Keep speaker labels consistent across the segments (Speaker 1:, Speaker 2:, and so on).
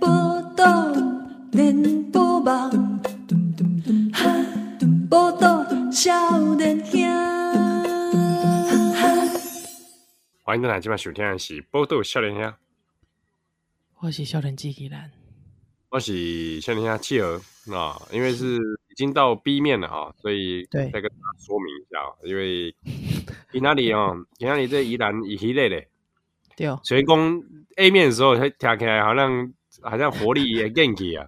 Speaker 1: 报道连波梦，报道少年兄。
Speaker 2: 欢迎咱来今晚收听的是《波豆少年兄》，
Speaker 3: 我是少年机器人，
Speaker 2: 我是少年兄企鹅啊，因为是已经到 B 面了啊，所以
Speaker 3: 对
Speaker 2: 再跟大家说明一下啊，因为伊那里啊，伊那里这宜兰以迄类嘞，
Speaker 3: 对，
Speaker 2: 所以讲 A 面的时候，它听起来好像好像活力也 g 气啊，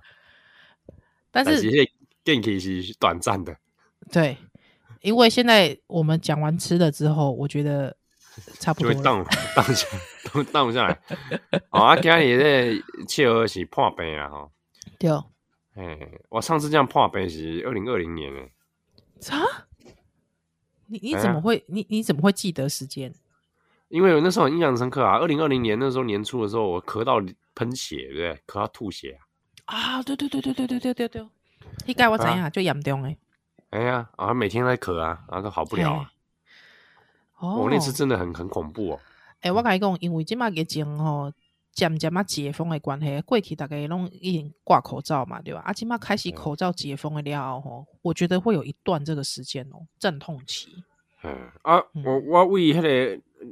Speaker 3: 但
Speaker 2: 但
Speaker 3: 是
Speaker 2: 是迄 g 气是短暂的，
Speaker 3: 对，因为现在我们讲完吃的之后，我觉得差不
Speaker 2: 就
Speaker 3: 多
Speaker 2: 会
Speaker 3: 了。
Speaker 2: 荡荡下荡荡下 来。哦啊，今日这企鹅是破病啊吼，
Speaker 3: 对，哦
Speaker 2: 哎，我上次这样破病是二零二零年诶。
Speaker 3: 啥？啊你你
Speaker 2: 哎呀
Speaker 3: 怎么会、你你怎么会记得时间？
Speaker 2: 因为我那时候很印象深刻啊，二零二零年那时候年初的时候，我咳到喷血，对不对？咳到吐血啊！
Speaker 3: 啊，对对对对对对对对对，你该我怎
Speaker 2: 啊
Speaker 3: 样、就严重诶。
Speaker 2: 哎呀，啊，每天在咳啊，然后都好不了啊。
Speaker 3: 嘿。哦，
Speaker 2: 我、那次真的很很恐怖哦。
Speaker 3: 诶、我甲你讲，因为即马疫情吼，渐渐啊解封的关系，过去大家拢已经挂口罩嘛，对吧？啊，即马开始
Speaker 2: 嗯
Speaker 3: 口罩解封的了后吼，我觉得会有一段这个时间哦，阵痛期。
Speaker 2: 嗯啊，
Speaker 3: 嗯
Speaker 2: 我我为那个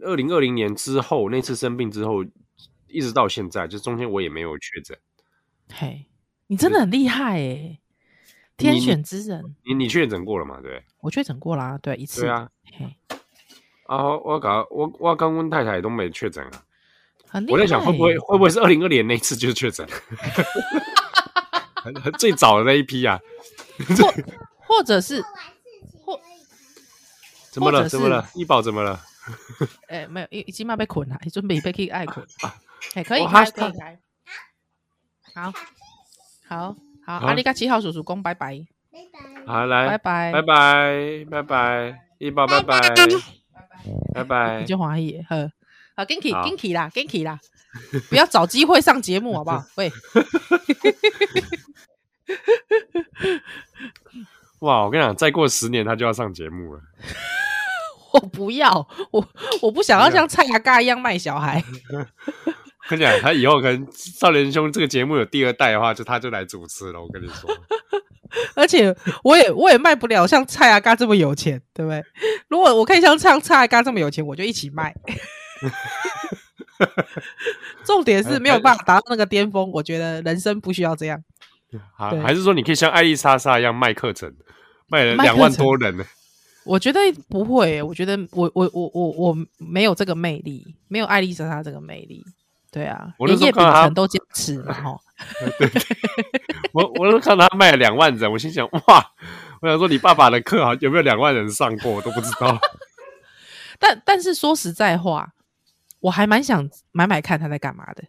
Speaker 2: 二零二零年之后那次生病之后，一直到现在，就中间我也没有确诊。
Speaker 3: 嘿，你真的很厉害诶、天
Speaker 2: 你
Speaker 3: 选之人，
Speaker 2: 你你确诊过了嘛？对不对？
Speaker 3: 我确诊过啦，对，一次。
Speaker 2: 对啊，
Speaker 3: 嘿，
Speaker 2: 啊，我我搞我我刚跟太太都没确诊啊。
Speaker 3: 很厉害、
Speaker 2: 我在想会不会？会不会是二零二零那一次就确 诊，最早的那一批啊？
Speaker 3: 或者是，或
Speaker 2: 怎么
Speaker 3: 或
Speaker 2: 了？
Speaker 3: 者
Speaker 2: 怎么
Speaker 3: 是
Speaker 2: 了？医保怎么了？
Speaker 3: 诶、没有，已经嘛被捆了，准备被 K 爱捆。嘿，可以
Speaker 2: 我还
Speaker 3: 开，可以开。好，好，好，
Speaker 2: 好
Speaker 3: 阿里嘎七号叔叔公，拜拜。
Speaker 2: 好，
Speaker 3: 拜
Speaker 2: 来，
Speaker 3: 拜，
Speaker 2: 拜，拜，拜拜，医保，拜拜，拜拜
Speaker 3: 你，就怀疑呵，哎好 g i n k y
Speaker 2: 好
Speaker 3: g i n k y 啦 g i n k y 啦，不要找机会上节目好不 好？喂，
Speaker 2: 哇！我跟你讲，再过十年他就要上节目了。
Speaker 3: 我不要，我我不想要像蔡雅嘎一样卖小孩，
Speaker 2: 跟你讲，他以后可能少年兄这个节目有第二代的话，就他就来主持了。我跟你 说，
Speaker 3: 而且我也我也卖不了像蔡雅嘎这么有钱，对不对？如果我可以像像蔡雅嘎这么有钱，我就一起 卖。重点是没有办法达到那个巅峰，我觉得人生不需要这样。
Speaker 2: 还
Speaker 3: 对
Speaker 2: 还是说你可以像艾丽莎莎一样卖课程，卖了
Speaker 3: 卖课
Speaker 2: 两
Speaker 3: 程
Speaker 2: 万多人呢？
Speaker 3: 我觉得不会，我觉得我我我我我没有这个魅力，没有艾丽莎莎这个魅力。对啊，
Speaker 2: 我那
Speaker 3: 连
Speaker 2: 时候
Speaker 3: 叶
Speaker 2: 看
Speaker 3: 秉
Speaker 2: 到她
Speaker 3: 辰都坚持嘛吼。
Speaker 2: 我我都看到他卖了两万人，我心想哇，我想说你爸爸的课好有没有两万人上过，我都不知道。
Speaker 3: 但但是说实在话，我还蛮想买买看他在干嘛的。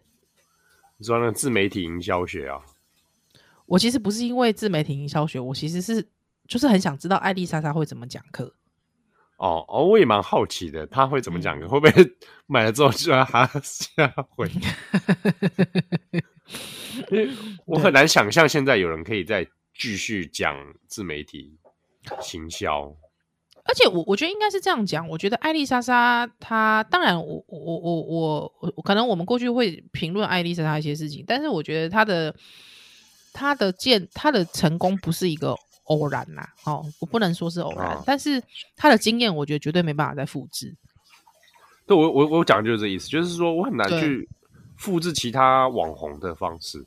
Speaker 2: 你说那个自媒体营销学啊？
Speaker 3: 我其实不是因为自媒体营销学，我其实是就是很想知道艾丽莎莎会怎么讲课。
Speaker 2: 哦哦，我也蛮好奇的，他会怎
Speaker 3: 嗯
Speaker 2: 么讲？会不会 买了之后就让他 吓毁？因 为我很难想象现在有人可以再继续讲自媒体行销。
Speaker 3: 而且我我觉得应该是这样讲，我觉得艾丽莎莎她当然我我我我我可能我们过去会评论艾丽莎莎一些事情，但是我觉得她的她的见她的成功不是一个偶然呐、哦，我不能说是偶然，
Speaker 2: 哦
Speaker 3: 但是她的经验我觉得绝对没办法再复制。
Speaker 2: 对我我我讲的就是这意思，就是说我很难
Speaker 3: 对
Speaker 2: 去复制其他网红的方式，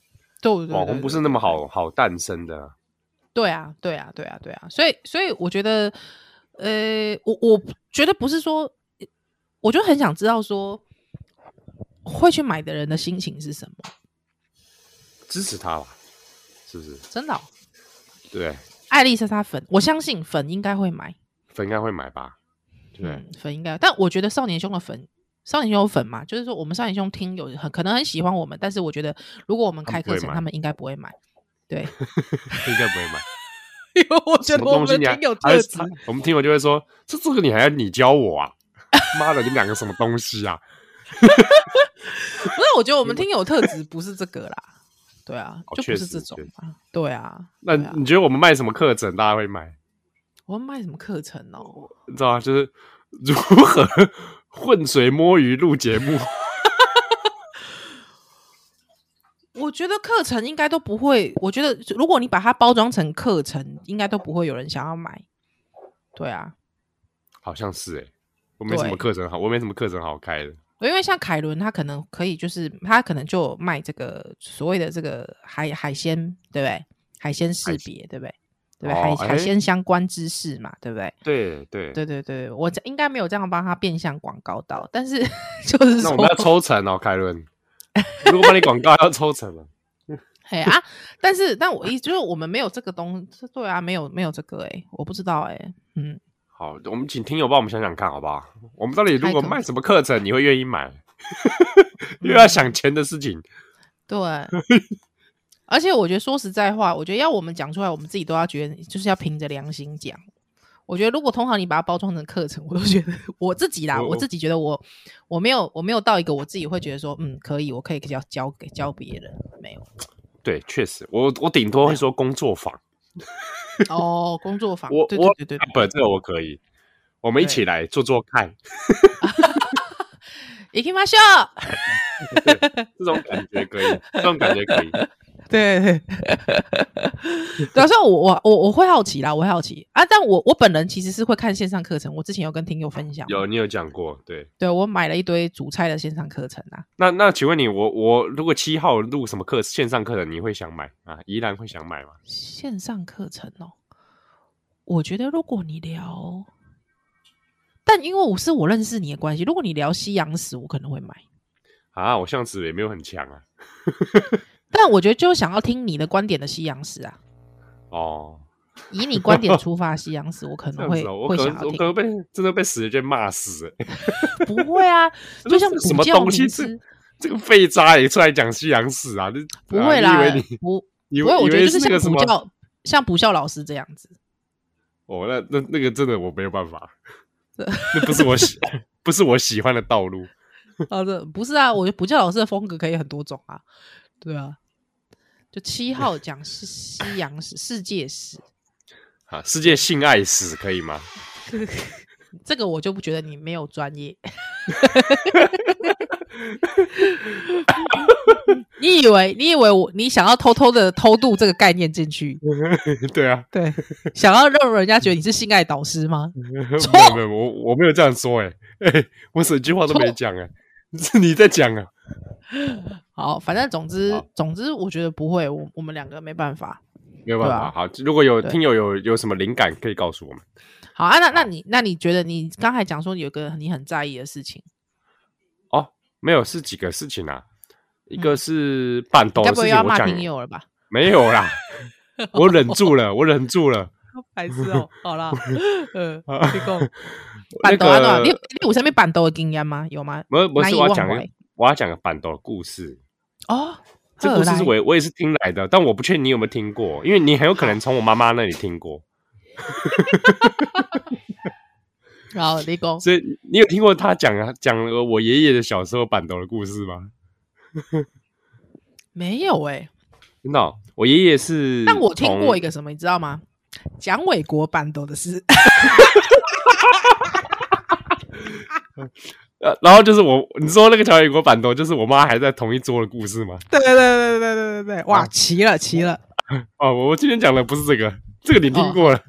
Speaker 3: 对对对
Speaker 2: 网红
Speaker 3: 对
Speaker 2: 不
Speaker 3: 对
Speaker 2: 是那么好好诞生的啊。
Speaker 3: 对啊，对啊，对啊，对啊，所以，所以我觉得，呃，我我觉得不是说，我就很想知道说，会去买的人的心情是什么，
Speaker 2: 支持他吧，是不是？
Speaker 3: 真的哦、
Speaker 2: 对，
Speaker 3: 艾丽莎莎粉，我相信粉应该会买，
Speaker 2: 粉应该会买吧？对不对，
Speaker 3: 嗯，粉应该，但我觉得少年兄的粉，少年兄有粉嘛，就是说我们少年兄听有很可能很喜欢我们，但是我觉得如果我们
Speaker 2: 他们
Speaker 3: 开
Speaker 2: 不会
Speaker 3: 课程，
Speaker 2: 买
Speaker 3: 他们应该不会买， 对，
Speaker 2: 应该不会买。
Speaker 3: 因为我
Speaker 2: 什
Speaker 3: 觉得
Speaker 2: 么
Speaker 3: 我
Speaker 2: 东
Speaker 3: 们
Speaker 2: 西你还
Speaker 3: 挺有
Speaker 2: 还
Speaker 3: 特
Speaker 2: 是
Speaker 3: 质
Speaker 2: 他，我们听友就会说：“这这个你还要你教我啊？ 妈的，你们两个什么东西啊
Speaker 3: 不是，我觉得我们听友特质不是这个啦，对啊
Speaker 2: 哦，
Speaker 3: 就
Speaker 2: 确
Speaker 3: 不是
Speaker 2: 实
Speaker 3: 这种
Speaker 2: 确实
Speaker 3: 嘛，对啊？”，
Speaker 2: 那
Speaker 3: 对啊
Speaker 2: 你觉得我们卖什么课程大家会买？
Speaker 3: 我要卖什么课程哦？
Speaker 2: 你知道吗？就是 如何混水摸鱼录节目。
Speaker 3: 我觉得课程应该都不会，我觉得如果你把它包装成课程，应该都不会有人想要买。对啊，
Speaker 2: 好像是哎、我没什么
Speaker 3: 对
Speaker 2: 课程好，我没什么课程好开的。
Speaker 3: 因为像凯伦，他可能可以，就是他可能就有卖这个所谓的这个海海鲜，对不对？海鲜识别，对不对？对不对？
Speaker 2: 哦
Speaker 3: 海
Speaker 2: 哎
Speaker 3: 海鲜相关知识嘛，对不对？
Speaker 2: 对对
Speaker 3: 对对对，我这应该没有这样帮他变相广告到，但是就是
Speaker 2: 那
Speaker 3: 说
Speaker 2: 我们要抽成哦，凯伦。如果帮你广告要抽成了，
Speaker 3: 嘿啊，但是但我一就是我们没有这个东西，对啊，没有没有这个哎、我不知道哎、嗯，
Speaker 2: 好，我们请听友帮我们想想看，好不好？我们到底如果
Speaker 3: 太可
Speaker 2: 卖什么课程，你会愿意
Speaker 3: 嗯
Speaker 2: 买？ 又要想钱的事情，
Speaker 3: 对。而且我觉得说实在话，我觉得要我们讲出来，我们自己都要觉得就是要凭着良心讲。我觉得如果通常你把它包装成课程，我都觉得我自己啦，
Speaker 2: 我
Speaker 3: 我自己觉得我我没有我没有到一个我自己会觉得说嗯可以，我可以教教给教别人没 有
Speaker 2: 对，确实，我我顶多会说工作坊，
Speaker 3: 哦工作坊
Speaker 2: 我
Speaker 3: 对
Speaker 2: 我啊
Speaker 3: 对对对
Speaker 2: 不，
Speaker 3: 对，
Speaker 2: 这个我可以，我们一起来做做看，
Speaker 3: 一起马笑。
Speaker 2: 这种感觉可以，这种感觉可 以。
Speaker 3: 对，对， 对啊，所以我我我我会好奇啦，我会好奇啊，但我我本人其实是会看线上课程，我之前有跟听友分享，
Speaker 2: 有你有讲过，对。
Speaker 3: 对我买了一堆主菜的线上课程啊，
Speaker 2: 那那请问你，我我如果七号录什么课线上课程，你会想买啊？依然会想买吗？
Speaker 3: 线上课程哦，我觉得如果你聊，但因为我是我认识你的关系，如果你聊西洋史，我可能会买，
Speaker 2: 啊，我像子也没有很强啊。
Speaker 3: 但我觉得就想要听你的观点的西洋史啊，
Speaker 2: 哦，
Speaker 3: 以你观点出发的西洋史，我可
Speaker 2: 这
Speaker 3: 能
Speaker 2: 样
Speaker 3: 会
Speaker 2: 子哦，我
Speaker 3: 会
Speaker 2: 可
Speaker 3: 想
Speaker 2: 能
Speaker 3: 要
Speaker 2: 我可能
Speaker 3: 听，
Speaker 2: 被真的被死人就骂死了。
Speaker 3: 不会啊，就像
Speaker 2: 这是什
Speaker 3: 补
Speaker 2: 么
Speaker 3: 教
Speaker 2: 东
Speaker 3: 名
Speaker 2: 西啊这
Speaker 3: 师
Speaker 2: 这个废渣也出来讲西洋史啊？这
Speaker 3: 不
Speaker 2: 啊
Speaker 3: 会
Speaker 2: 你
Speaker 3: 啦，
Speaker 2: 以为你
Speaker 3: 不
Speaker 2: 以
Speaker 3: 不
Speaker 2: 为
Speaker 3: 会，我
Speaker 2: 以
Speaker 3: 觉得
Speaker 2: 为
Speaker 3: 就是
Speaker 2: 那
Speaker 3: 是像
Speaker 2: 个什
Speaker 3: 补
Speaker 2: 么？
Speaker 3: 教像补教老师这样 子，
Speaker 2: 哦，那那那个真的我没有办 法，那不是我喜 不是我喜欢的道路。
Speaker 3: 啊，这不是啊，我觉得补教老师的风格可以很多种啊，对啊，就七号讲是西洋史、世界史，
Speaker 2: 啊，世界性爱史可以吗？
Speaker 3: 这个我就不觉得你没有专业，你以为你以为我你想要偷偷的偷渡这个概念进去，
Speaker 2: 对啊，
Speaker 3: 对，想要让人家觉得你是性爱导师吗？
Speaker 2: 没有没有，我我没有这样说哎、 哎、我整句话都没讲哎、 是你在讲啊。
Speaker 3: 好，反正总之
Speaker 2: 好
Speaker 3: 总之，我觉得不会，我我们两个没办法。
Speaker 2: 没有办法。
Speaker 3: 对啊
Speaker 2: 好，如果有
Speaker 3: 对
Speaker 2: 听友有有什么灵感，可以告诉我们。
Speaker 3: 好啊，那那你那你觉得你刚才讲说有个你很在意的事情，
Speaker 2: 哦，没有，是几个事情啊？一个是半斗
Speaker 3: 嗯你该
Speaker 2: 的事
Speaker 3: 不会
Speaker 2: 情，
Speaker 3: 要
Speaker 2: 哦我
Speaker 3: 骂
Speaker 2: 讲
Speaker 3: 听友了吧？
Speaker 2: 没有 啦，我忍住了，我忍住了。
Speaker 3: 还是哦，好啦，呃，
Speaker 2: 啊
Speaker 3: 你讲
Speaker 2: 那
Speaker 3: 板豆啊，
Speaker 2: 个
Speaker 3: 你有你有上面板豆的经验吗？有吗？
Speaker 2: 不是不
Speaker 3: 难
Speaker 2: 是，
Speaker 3: 以
Speaker 2: 我要
Speaker 3: 忘
Speaker 2: 讲个
Speaker 3: 怀
Speaker 2: 我要讲个板斗的故事。
Speaker 3: 哦，
Speaker 2: 这故事是
Speaker 3: 我
Speaker 2: 我我也是听来的，但我不确定你有没有听过，因为你很有可能从我妈妈那里听过。
Speaker 3: 然后你讲
Speaker 2: 所以你有听过他讲啊讲了我爷爷的小时候板斗的故事吗？
Speaker 3: 没有哎，
Speaker 2: 真的哦、我爷爷是，
Speaker 3: 但我听过一，个什么，你知道吗？蒋纬国板豆的 事，
Speaker 2: 呃，然后就是我，你说那个乔野国板斗，就是我妈还在同一桌的故事吗？
Speaker 3: 对对对对对对对对，哦哇，
Speaker 2: 啊
Speaker 3: 齐了齐了，
Speaker 2: 哦，我我今天讲的不是这个，这个你听过了，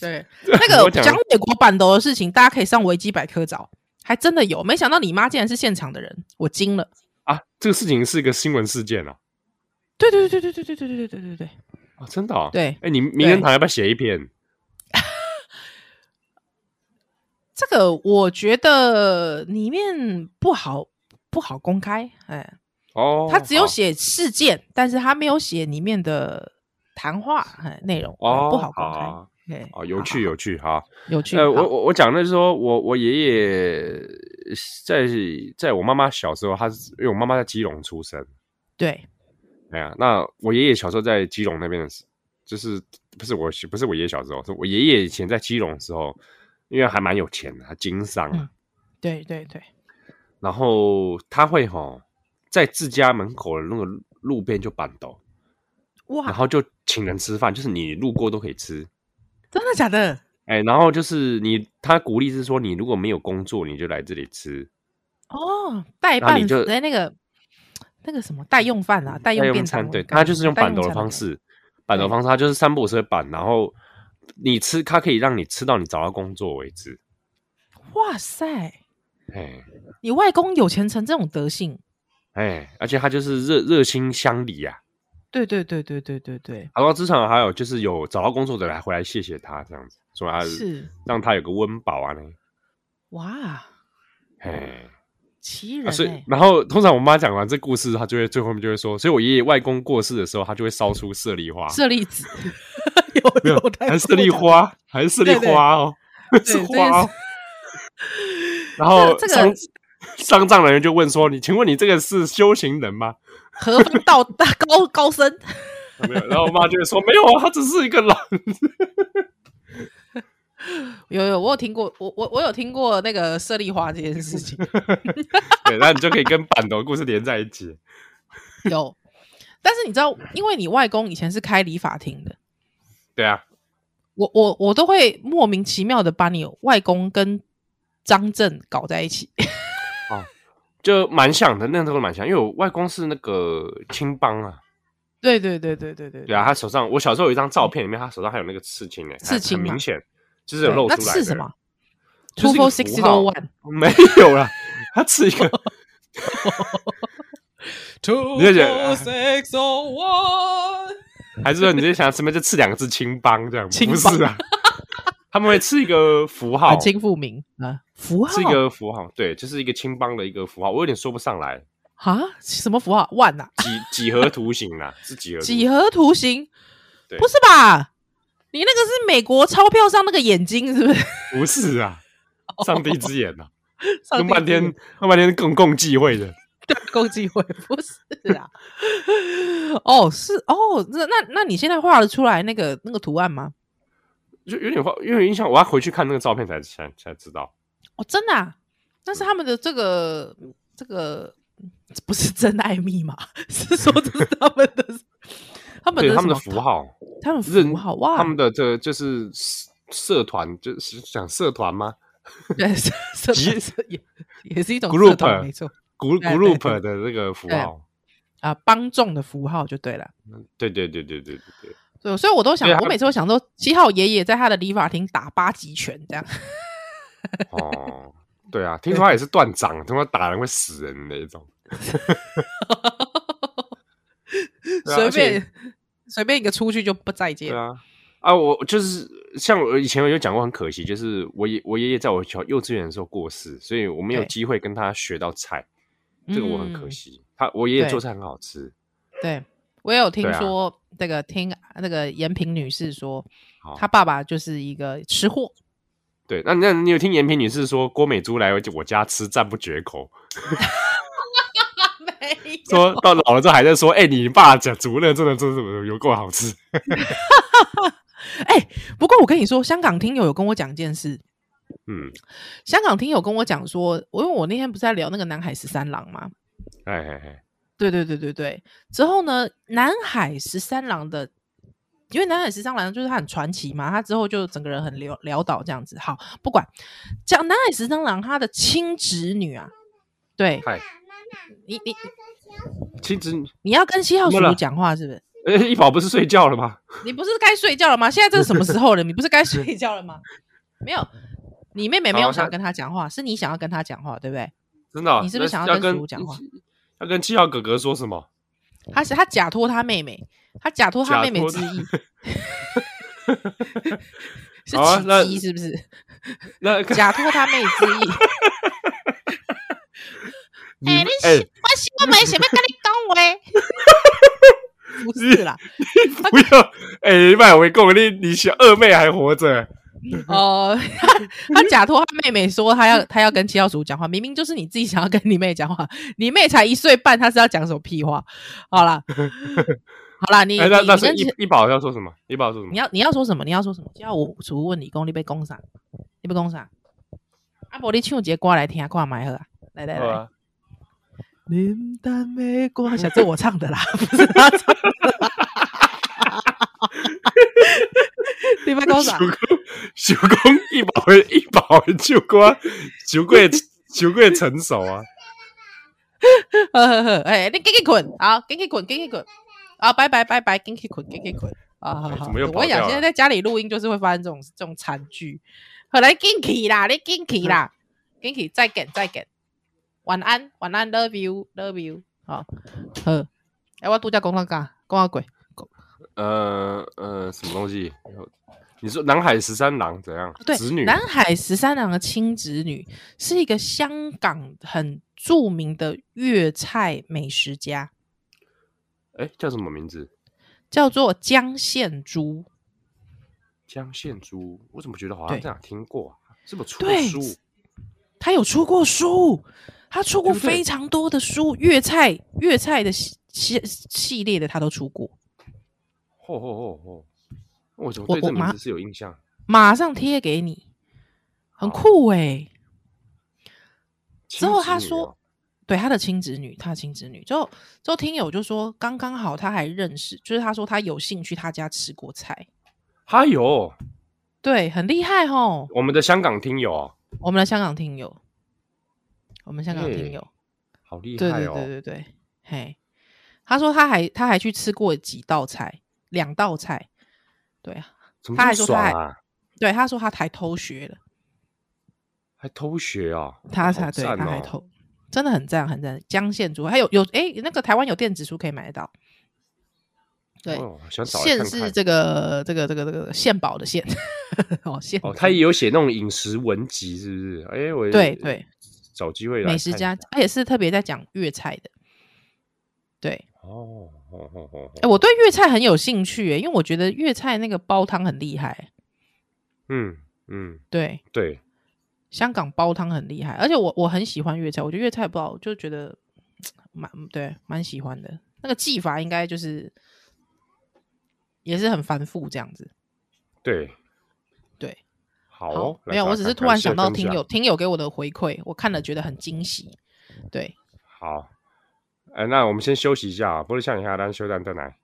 Speaker 3: 对，
Speaker 2: 这
Speaker 3: 哦那个
Speaker 2: 我讲的
Speaker 3: 蒋纬国板豆的事情，大家可以上维基百科找，还真的有，没想到你妈竟然是现场的人，我惊了。
Speaker 2: 啊，这个事情是一个新闻事件啊，
Speaker 3: 对对对对对对对对对对对对
Speaker 2: 啊，真的、啊，，
Speaker 3: 对，
Speaker 2: 哎，你名人堂要不要写一篇？
Speaker 3: 这个我觉得里面不好不好公开，哎，
Speaker 2: 哦，
Speaker 3: 他只有
Speaker 2: 好
Speaker 3: 写事件，但是他没有写里面的谈话哎内容，哎
Speaker 2: 哦，
Speaker 3: 不好公
Speaker 2: 啊
Speaker 3: 开。对，
Speaker 2: 哦，有
Speaker 3: 好
Speaker 2: 趣，有趣，好。
Speaker 3: 有趣。
Speaker 2: 呃，我
Speaker 3: 好
Speaker 2: 我我讲的是说，我我爷爷在在我妈妈小时候，他是因为我妈妈在基隆出生，
Speaker 3: 对
Speaker 2: 哎呀，那我爷爷小时候在基隆那边的时，就是不是我不是我爷爷小时候，是我爷爷以前在基隆的时候，因为还蛮有钱的，他经商啊，
Speaker 3: 嗯对对对，
Speaker 2: 然后他会吼在自家门口的那个路边就板斗，然
Speaker 3: 哇，
Speaker 2: 后就请人吃饭，就是你路过都可以吃。
Speaker 3: 真的假的？
Speaker 2: 哎，然后就是你，他鼓励是说，你如果没有工作，你就来这里吃
Speaker 3: 哦，代
Speaker 2: 那你
Speaker 3: 办
Speaker 2: 就
Speaker 3: 哎那个那个什么代用饭啊，代
Speaker 2: 代
Speaker 3: 用便
Speaker 2: 餐，
Speaker 3: 当，
Speaker 2: 对，
Speaker 3: 他
Speaker 2: 他就是用板斗的方，式，板斗
Speaker 3: 对
Speaker 2: 方式，他就是三不五时会板，然后你吃，他可以让你吃到你找到工作为止。
Speaker 3: 代用餐哇塞，
Speaker 2: 哎
Speaker 3: 你外公有钱成这种德性，
Speaker 2: 哎，而且他就是热热心乡里啊。
Speaker 3: 对对对对对对对，
Speaker 2: 然后职场还有就是有找到工作的来回来谢谢他这样子，说他
Speaker 3: 是
Speaker 2: 让他有个温饱啊呢。
Speaker 3: 哇，
Speaker 2: 哎，
Speaker 3: 奇
Speaker 2: 啊
Speaker 3: 人
Speaker 2: 所以
Speaker 3: 哎，
Speaker 2: 然后通常我妈讲完这故事，她就会最后面就会说，所以我爷爷外公过世的时候，他就会烧出舍利花，
Speaker 3: 舍利子 有
Speaker 2: 啊没有
Speaker 3: 有台
Speaker 2: 还是舍利，花，还是舍利
Speaker 3: 对对
Speaker 2: 花哦， 是
Speaker 3: 对这件
Speaker 2: 花哦
Speaker 3: 事。
Speaker 2: 然后
Speaker 3: 这个
Speaker 2: 丧丧葬人员就问说：“你请问你这个是修行人吗
Speaker 3: 何方道大高高僧？？”
Speaker 2: 有没有，然后我妈就会说：“没有啊，他只是一个老。
Speaker 3: 有有，我有听过，我我我有听过那个舍利花这件事 情，”
Speaker 2: 对，那你就可以跟板头故事连在一起。
Speaker 3: 有。但是你知道，因为你外公以前是开理发厅的，
Speaker 2: 对啊，
Speaker 3: 我我我都会莫名其妙的把你外公跟张震搞在一起。
Speaker 2: 就蛮像的，那时候蛮像，因为我外公是那个青帮啊，
Speaker 3: 对对对对对对
Speaker 2: 对啊，他手上我小时候有一张照片，里面他手上还有那个刺青呢、欸，
Speaker 3: 刺青
Speaker 2: 很
Speaker 3: 嘛
Speaker 2: 明显，就是
Speaker 3: 对
Speaker 2: 有露出
Speaker 3: 那
Speaker 2: 来的。
Speaker 3: 是什么
Speaker 2: 就
Speaker 3: ？Two
Speaker 2: 是一个符
Speaker 3: Four Sixty
Speaker 2: 号
Speaker 3: One。
Speaker 2: 没有啦，他刺一个
Speaker 3: Two
Speaker 2: 你就觉得
Speaker 3: Six O One。
Speaker 2: 还是说你就想什么就刺两个字青帮这样？
Speaker 3: 青
Speaker 2: 不
Speaker 3: 帮
Speaker 2: 是啊，他们会刺一个符号
Speaker 3: 啊，，金富明啊，符号
Speaker 2: 刺一个符号，对，就是一个青帮的一个符号，我有点说不上来，
Speaker 3: 啊，什么符号？One 啊，
Speaker 2: 几几何图形啦，是几何图
Speaker 3: 几何图形？
Speaker 2: 对
Speaker 3: 不是吧？你那个是美国钞票上那个眼睛是 不是？
Speaker 2: 不是啊，上帝之眼呐、
Speaker 3: 哦 上
Speaker 2: 弄
Speaker 3: 帝
Speaker 2: 半
Speaker 3: 之眼
Speaker 2: 天弄半天是共共忌讳的，
Speaker 3: 对共济会不是啊？哦，是哦，那那那你现在画得出来那个那个图案吗？
Speaker 2: 就有点话，有点印象，我要回去看那个照片才才才知道。
Speaker 3: 哦，真的、啊，那是他们的这个这个这不是真爱密码， 是说这是他们的他们
Speaker 2: 对
Speaker 3: 的
Speaker 2: 他们的
Speaker 3: 什么
Speaker 2: 符，号，
Speaker 3: 他们
Speaker 2: 认
Speaker 3: 符号哇，
Speaker 2: 他们的这个就是社社团，就是讲社团吗
Speaker 3: 对社社
Speaker 2: 集
Speaker 3: 社也也是一种
Speaker 2: Group
Speaker 3: 社团没错
Speaker 2: ？group
Speaker 3: 对对
Speaker 2: group 的这个符号，
Speaker 3: 啊，帮众的符号就对了。
Speaker 2: 对对对对对对对，
Speaker 3: 对，所以我都想
Speaker 2: 对，他啊
Speaker 3: 我每次都想说，七号爷爷在他的理发厅打八极拳这样。
Speaker 2: 哦， 对啊，听说他也是断掌，他妈打人会死人的那种，对啊
Speaker 3: 随
Speaker 2: 而且
Speaker 3: 便随便一个出去就不再
Speaker 2: 对
Speaker 3: 见。
Speaker 2: 啊，啊，我就是像我以前我有讲过，很可惜，就是我爷我爷爷在我小幼稚园的时候过世，所以我没有
Speaker 3: 对
Speaker 2: 机会跟他学到菜，这个我很可
Speaker 3: 嗯
Speaker 2: 惜。他我爷爷
Speaker 3: 对
Speaker 2: 做菜很好吃，
Speaker 3: 对，我也有听
Speaker 2: 对啊
Speaker 3: 说、这个听那个延平女士说，
Speaker 2: 好
Speaker 3: 她爸爸就是一个吃货。
Speaker 2: 对，那那你有听延平女士说郭美珠来我家吃赞不绝 口，
Speaker 3: 没有
Speaker 2: 说到老了之后还在说，哎、你爸讲竹乐真的真的有够好 吃，
Speaker 3: 哎、不过我跟你说，香港听友有跟我讲一件事，
Speaker 2: 嗯，
Speaker 3: 香港听友跟我讲说，我因为我那天不是在聊那个南海十三郎吗？
Speaker 2: 哎哎哎，
Speaker 3: 对对对对对。之后呢，南海十三郎的，因为南海十三郎就是他很传奇嘛，他之后就整个人很潦潦倒这样子。好，不管讲南海十三郎他的亲侄女啊，对
Speaker 2: 嗨，
Speaker 3: 你你
Speaker 2: 亲子，
Speaker 3: 你要跟七号叔
Speaker 2: 怎么
Speaker 3: 叔
Speaker 2: 了
Speaker 3: 讲话是不是？
Speaker 2: 哎、一宝不是睡觉了吗？
Speaker 3: 你不是该睡觉了吗？现在这是什么时候了？你不是该 睡觉了吗？没有，你妹妹没有
Speaker 2: 好
Speaker 3: 想要
Speaker 2: 那
Speaker 3: 跟他讲话，是你想要跟他讲话，对不对？
Speaker 2: 真的哦、
Speaker 3: 你是不是
Speaker 2: 那
Speaker 3: 想要
Speaker 2: 要
Speaker 3: 跟
Speaker 2: 跟
Speaker 3: 叔叔讲话？
Speaker 2: 要跟七号哥哥说什么？
Speaker 3: 他是他假托他妹妹，他假托他
Speaker 2: 假
Speaker 3: 妹妹
Speaker 2: 托
Speaker 3: 之
Speaker 2: 他
Speaker 3: 意。是
Speaker 2: 好啊那
Speaker 3: 奇迹是不是？
Speaker 2: 那
Speaker 3: 假托他妹之意。
Speaker 2: 你
Speaker 3: 哎、
Speaker 2: 哎
Speaker 3: 你喜、我喜我妹想要跟你讲话。 不是啦，
Speaker 2: 不要哎，你买回供你你小二妹还活着，
Speaker 3: 哦、他他假托他妹妹说他要他要跟七号叔讲话，明明就是你自己想要跟你妹讲话，你妹才一岁半，她是要讲什么屁话？好 啦，好啦，你、
Speaker 2: 哎，那
Speaker 3: 你
Speaker 2: 那
Speaker 3: 你
Speaker 2: 是
Speaker 3: 跟
Speaker 2: 一
Speaker 3: 七
Speaker 2: 一宝要说什么？一宝说什
Speaker 3: 你
Speaker 2: 么？
Speaker 3: 要你要说什么？你要说什么？叫我主问你讲你被攻啥？你被攻啥？啊，无你唱一个歌来听看买好啊！来来
Speaker 2: 好
Speaker 3: 来，
Speaker 2: 啊
Speaker 3: 林丹玫 瑰，想这我唱的啦，不是他唱 的啦。你被攻啥？
Speaker 2: 叔公就讲一包的一包的酒瓜，酒贵酒贵成熟啊，
Speaker 3: 呵呵呵，哎，你赶紧滚，好，赶紧滚，赶紧滚，啊，拜拜拜拜，赶紧滚，赶紧滚，啊，好
Speaker 2: 哎
Speaker 3: 好，
Speaker 2: 怎么又
Speaker 3: 我
Speaker 2: 跑
Speaker 3: 跟你讲，
Speaker 2: 掉
Speaker 3: 现在
Speaker 2: 了
Speaker 3: 在家里录音就是会发生这种这种惨剧，好来进去啦，你进去啦，
Speaker 2: 嗯
Speaker 3: 进去再见再见，晚安晚安，love you love you，好，好，哎，我度假公到干，公到鬼，
Speaker 2: 呃呃，什么东西？你说南海十三郎怎样？
Speaker 3: 对
Speaker 2: 子，女
Speaker 3: 南海十三郎的亲侄女是一个香港很著名的粤菜美食家，
Speaker 2: 哎叫什么名字？
Speaker 3: 叫做江献珠。
Speaker 2: 江献珠，我怎么觉得好像
Speaker 3: 对
Speaker 2: 在哪听过啊？是不是出
Speaker 3: 对
Speaker 2: 书？
Speaker 3: 他有出过书，他出过
Speaker 2: 对不对
Speaker 3: 非常多的书，粤菜粤菜的系系系列的他都出过。
Speaker 2: 吼吼吼吼！我怎么
Speaker 3: 我
Speaker 2: 对这
Speaker 3: 我
Speaker 2: 名
Speaker 3: 妈
Speaker 2: 字是有印象？
Speaker 3: 马上贴给你，很
Speaker 2: 好
Speaker 3: 酷诶、之后
Speaker 2: 亲侄
Speaker 3: 他
Speaker 2: 女
Speaker 3: 说
Speaker 2: 哦，
Speaker 3: 对他的亲侄女，他的亲侄女，之后之后听友就说，刚刚好他还认识，就是他说他有幸去他家吃过菜，
Speaker 2: 他有
Speaker 3: 对，很厉害吼。
Speaker 2: 我们的香港听友哦，
Speaker 3: 我们的香港听友，我们香港听
Speaker 2: 哎
Speaker 3: 友，
Speaker 2: 好厉
Speaker 3: 对
Speaker 2: 害
Speaker 3: 对
Speaker 2: 哦！
Speaker 3: 对对对，嘿，他说他还他还去吃过几道菜，两道菜，对啊，
Speaker 2: 怎么
Speaker 3: 他
Speaker 2: 这
Speaker 3: 还
Speaker 2: 么
Speaker 3: 说
Speaker 2: 爽
Speaker 3: 他
Speaker 2: 啊？
Speaker 3: 对，他说他还偷学了，
Speaker 2: 还偷学哦？
Speaker 3: 他
Speaker 2: 好
Speaker 3: 才对，
Speaker 2: 赞
Speaker 3: 他还
Speaker 2: 哦
Speaker 3: 偷，真的很赞很赞。江县竹还有有哎、那个台湾有电子书可以买得到，对，
Speaker 2: 哦，想找来
Speaker 3: 县
Speaker 2: 看
Speaker 3: 是
Speaker 2: 看。
Speaker 3: 这个这个这个这个县宝的县，哦县
Speaker 2: 哦，他
Speaker 3: 竹
Speaker 2: 也有写那种饮食文集，是不是？哎，我
Speaker 3: 对对，
Speaker 2: 找机会来
Speaker 3: 美食
Speaker 2: 看一
Speaker 3: 家
Speaker 2: 下，
Speaker 3: 他也是特别在讲粤菜的，对，
Speaker 2: 哦哦哦哦
Speaker 3: 哎、，我对粤菜很有兴趣、欸，因为我觉得粤菜那个煲汤很厉害。
Speaker 2: 嗯嗯，
Speaker 3: 对，
Speaker 2: 对，
Speaker 3: 香港煲汤很厉害，而且我我很喜欢粤菜，我觉得粤菜不好，就觉得蛮对，蛮喜欢的。那个技法应该就是也是很繁复这样子。
Speaker 2: 对
Speaker 3: 对，
Speaker 2: 好哦，来
Speaker 3: 没有，
Speaker 2: 找
Speaker 3: 我
Speaker 2: 来
Speaker 3: 只是
Speaker 2: 看
Speaker 3: 突
Speaker 2: 感
Speaker 3: 然
Speaker 2: 谢
Speaker 3: 想到
Speaker 2: 分
Speaker 3: 听
Speaker 2: 享
Speaker 3: 友听友给我的回馈，我看了觉得很惊喜。对，
Speaker 2: 好。哎，那我们先休息一下啊，不是像一下，咱休蛋再来。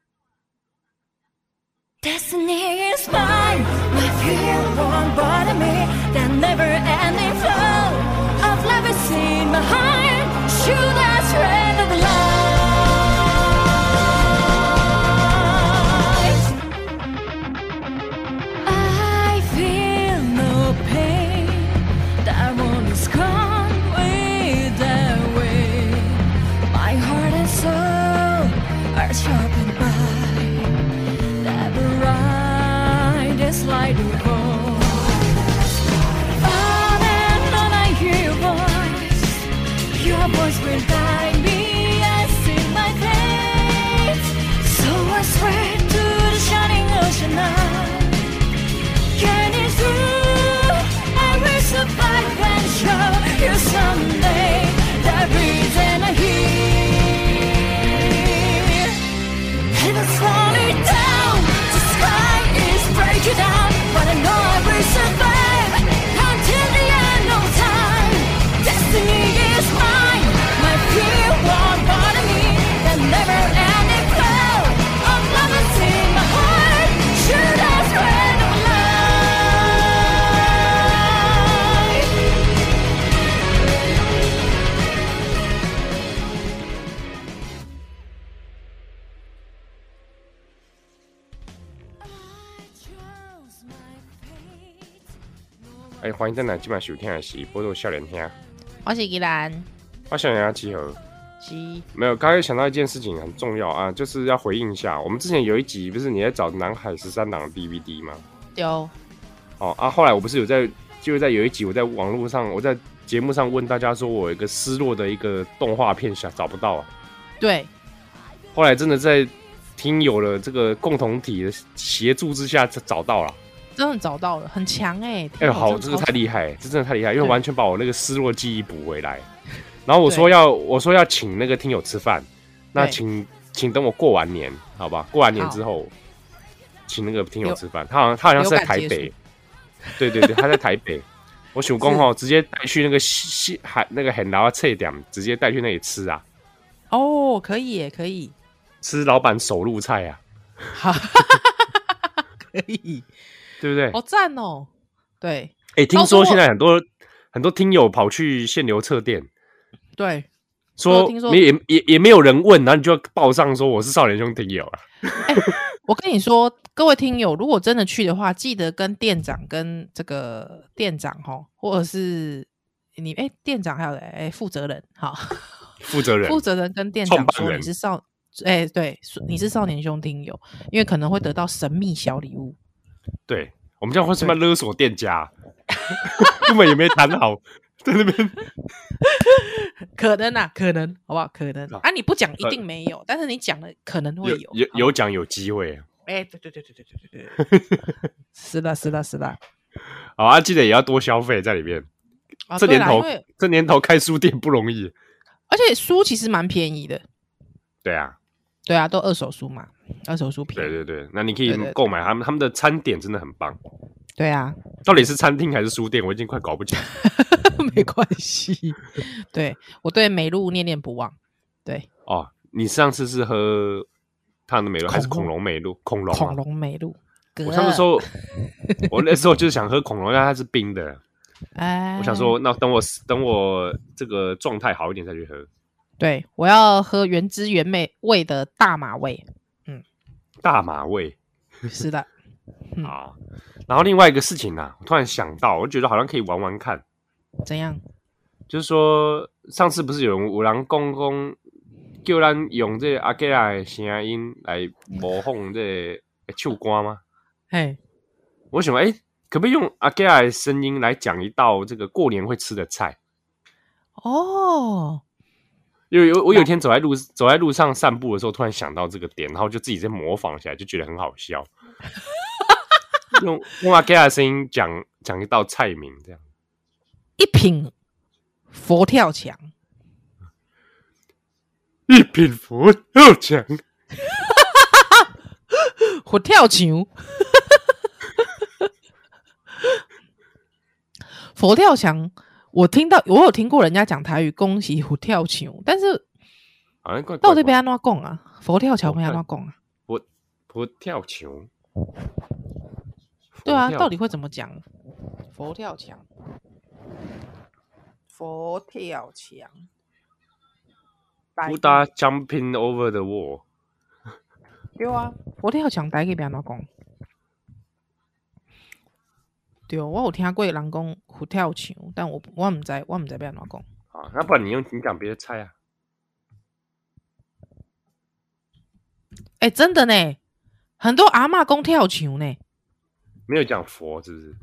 Speaker 1: Destiny is mine, my fear won't bother me. That never-ending flow of love is in my heart. Shoot that thread of light. I feel no pain. That one is gone with the wind. My heart and soul are sharpened by. That bright and sliding fall. On and on I hear your voice. Your voice will guide me as in my days. So I swear to the shining ocean eye. Can it through? I will survive and show you someday. That reason I hear. And it's falling down. The sky is breaking down, but I know I will survive until the end of time. Destiny is mine. My fear won't bother me. That never-ending flow of love is in my heart. Should I spread of light?
Speaker 2: 哎，欢迎再来，今晚收听的是波多笑脸天，
Speaker 3: 我是依兰，
Speaker 2: 我笑脸天集合。
Speaker 3: 是
Speaker 2: 没有，刚才想到一件事情很重要啊，就是要回应一下，我们之前有一集不是你在找《南海十三郎》的 DVD 吗？
Speaker 3: 丢
Speaker 2: 哦啊，后来我不是有在，就是在有一集我在网络上，我在节目上问大家说，我有一个失落的一个动画片想找不到啊，
Speaker 3: 对
Speaker 2: 后来真的在听友的这个共同体的协助之下找到了，
Speaker 3: 真的找到了，很强哎、欸！
Speaker 2: 哎、
Speaker 3: 天啊
Speaker 2: 好，
Speaker 3: 真
Speaker 2: 这
Speaker 3: 的
Speaker 2: 个
Speaker 3: 超
Speaker 2: 太厉害，这真的太厉害，因为
Speaker 3: 对
Speaker 2: 完全把我那个失落记忆补回来。然后我
Speaker 3: 对
Speaker 2: 说要，我说要请那个听友吃饭，那
Speaker 3: 对
Speaker 2: 请请等我过完年，好吧？过完年
Speaker 3: 好
Speaker 2: 之后，请那个听友
Speaker 3: 流
Speaker 2: 吃饭。他好像他好像是在
Speaker 3: 流感
Speaker 2: 台
Speaker 3: 结
Speaker 2: 北
Speaker 3: 束，
Speaker 2: 对对对，他在台 北。我想公
Speaker 3: 是
Speaker 2: 哦，直接带去那个西西海那个很老的菜点，直接带去那里吃啊，
Speaker 3: 哦，可以耶，可以，
Speaker 2: 吃老板手入菜啊，
Speaker 3: 好，可以，
Speaker 2: 对不对？
Speaker 3: 好赞哦！对
Speaker 2: 哎，听
Speaker 3: 哦
Speaker 2: 说
Speaker 3: 跟
Speaker 2: 现
Speaker 3: 我
Speaker 2: 在很多很多听友跑去限流测电，
Speaker 3: 对，
Speaker 2: 说
Speaker 3: 听说
Speaker 2: 没也也也没有人问，然后你就报上说我是少年兄听友啊。
Speaker 3: 我跟你说，各位听友，如果真的去的话，记得跟店长、跟这个店长哈，或者是你哎、店长还有哎、负责人好，
Speaker 2: 负责人
Speaker 3: 负责人跟店
Speaker 2: 创
Speaker 3: 长
Speaker 2: 办
Speaker 3: 说
Speaker 2: 人
Speaker 3: 你是少哎、对，说你是少年兄听友，因为可能会得到神秘小礼物。
Speaker 2: 对，我们这样会什么勒索店家 啊，根本也没谈好，在那边
Speaker 3: 可能啊，可能，好不好？可能
Speaker 2: 啊
Speaker 3: 啊，你不讲一
Speaker 2: 呃
Speaker 3: 定没有，但是你讲了可能会啊
Speaker 2: 有有
Speaker 3: 好
Speaker 2: 有奖有机会。
Speaker 3: 哎、对对对对对对对对， 是啦是啦是啦，
Speaker 2: 好啊，记得也要多消费在里面。
Speaker 3: 啊，
Speaker 2: 这
Speaker 3: 对
Speaker 2: 年
Speaker 3: 啦，
Speaker 2: 头
Speaker 3: 因为，
Speaker 2: 这年头开书店不容易。
Speaker 3: 而且书其实蛮便宜的，
Speaker 2: 对啊，
Speaker 3: 对啊，都二手书嘛，二手书便
Speaker 2: 对
Speaker 3: 宜，
Speaker 2: 对对，那你可
Speaker 3: 对对
Speaker 2: 以
Speaker 3: 对
Speaker 2: 购买他们他们的餐点真的很棒。
Speaker 3: 对啊，
Speaker 2: 到底是餐厅还是书店，我已经快搞不清。
Speaker 3: 没关系， 对我对美露念念不忘，对
Speaker 2: 哦，你上次是喝他的美露还是
Speaker 3: 恐龙
Speaker 2: 恐龙美露？恐龙、啊，
Speaker 3: 恐龙美露，
Speaker 2: 我上次
Speaker 3: 哥
Speaker 2: 说，我那时候就是想喝恐龙，但它是冰的。
Speaker 3: 哎，
Speaker 2: 我想说，那等我等我这个状态好一点再去喝。
Speaker 3: 对我要喝原汁原味味的大马味，
Speaker 2: 大马味
Speaker 3: 是的，嗯
Speaker 2: 啊，然后另外一个事情啊，我突然想到，我就觉得好像可以玩玩看，
Speaker 3: 怎样？
Speaker 2: 就是说上次不是有人五郎公公叫咱用这个阿吉拉的声音来模仿这个唱歌吗？
Speaker 3: 哎，
Speaker 2: 我想，哎、可不可以用阿吉拉的声音来讲一道这个过年会吃的菜？
Speaker 3: 哦，
Speaker 2: 因为有我有一天走在路走在路上散步的时候，突然想到这个点，然后就自己在模仿起来，就觉得很好笑。 用用阿 K 的声音讲讲一道菜名，这样
Speaker 3: 一品佛跳墙，
Speaker 2: 一品佛跳墙，
Speaker 3: 佛跳墙， 佛跳墙。我听到我有听过人家讲台语，恭喜佛跳墙，但是
Speaker 2: 好啊像怪
Speaker 3: 到
Speaker 2: 怪
Speaker 3: 底被
Speaker 2: 的。
Speaker 3: 安怎讲啊？佛跳墙被安怎
Speaker 2: 佛
Speaker 3: 讲啊？
Speaker 2: 佛佛跳墙，
Speaker 3: 对啊，
Speaker 2: 佛跳
Speaker 3: 到底会怎么讲？佛跳墙，佛跳墙，
Speaker 2: 不搭 jumping over the wall，
Speaker 3: 对啊，佛跳墙台语要安怎啊讲？对，啊我有听过人讲佛跳墙，但我我毋知我毋知要安怎讲。
Speaker 2: 啊，那不然你用你讲别的菜啊？
Speaker 3: 哎、真的呢，很多阿嬷讲跳墙呢。
Speaker 2: 没有讲佛是不是？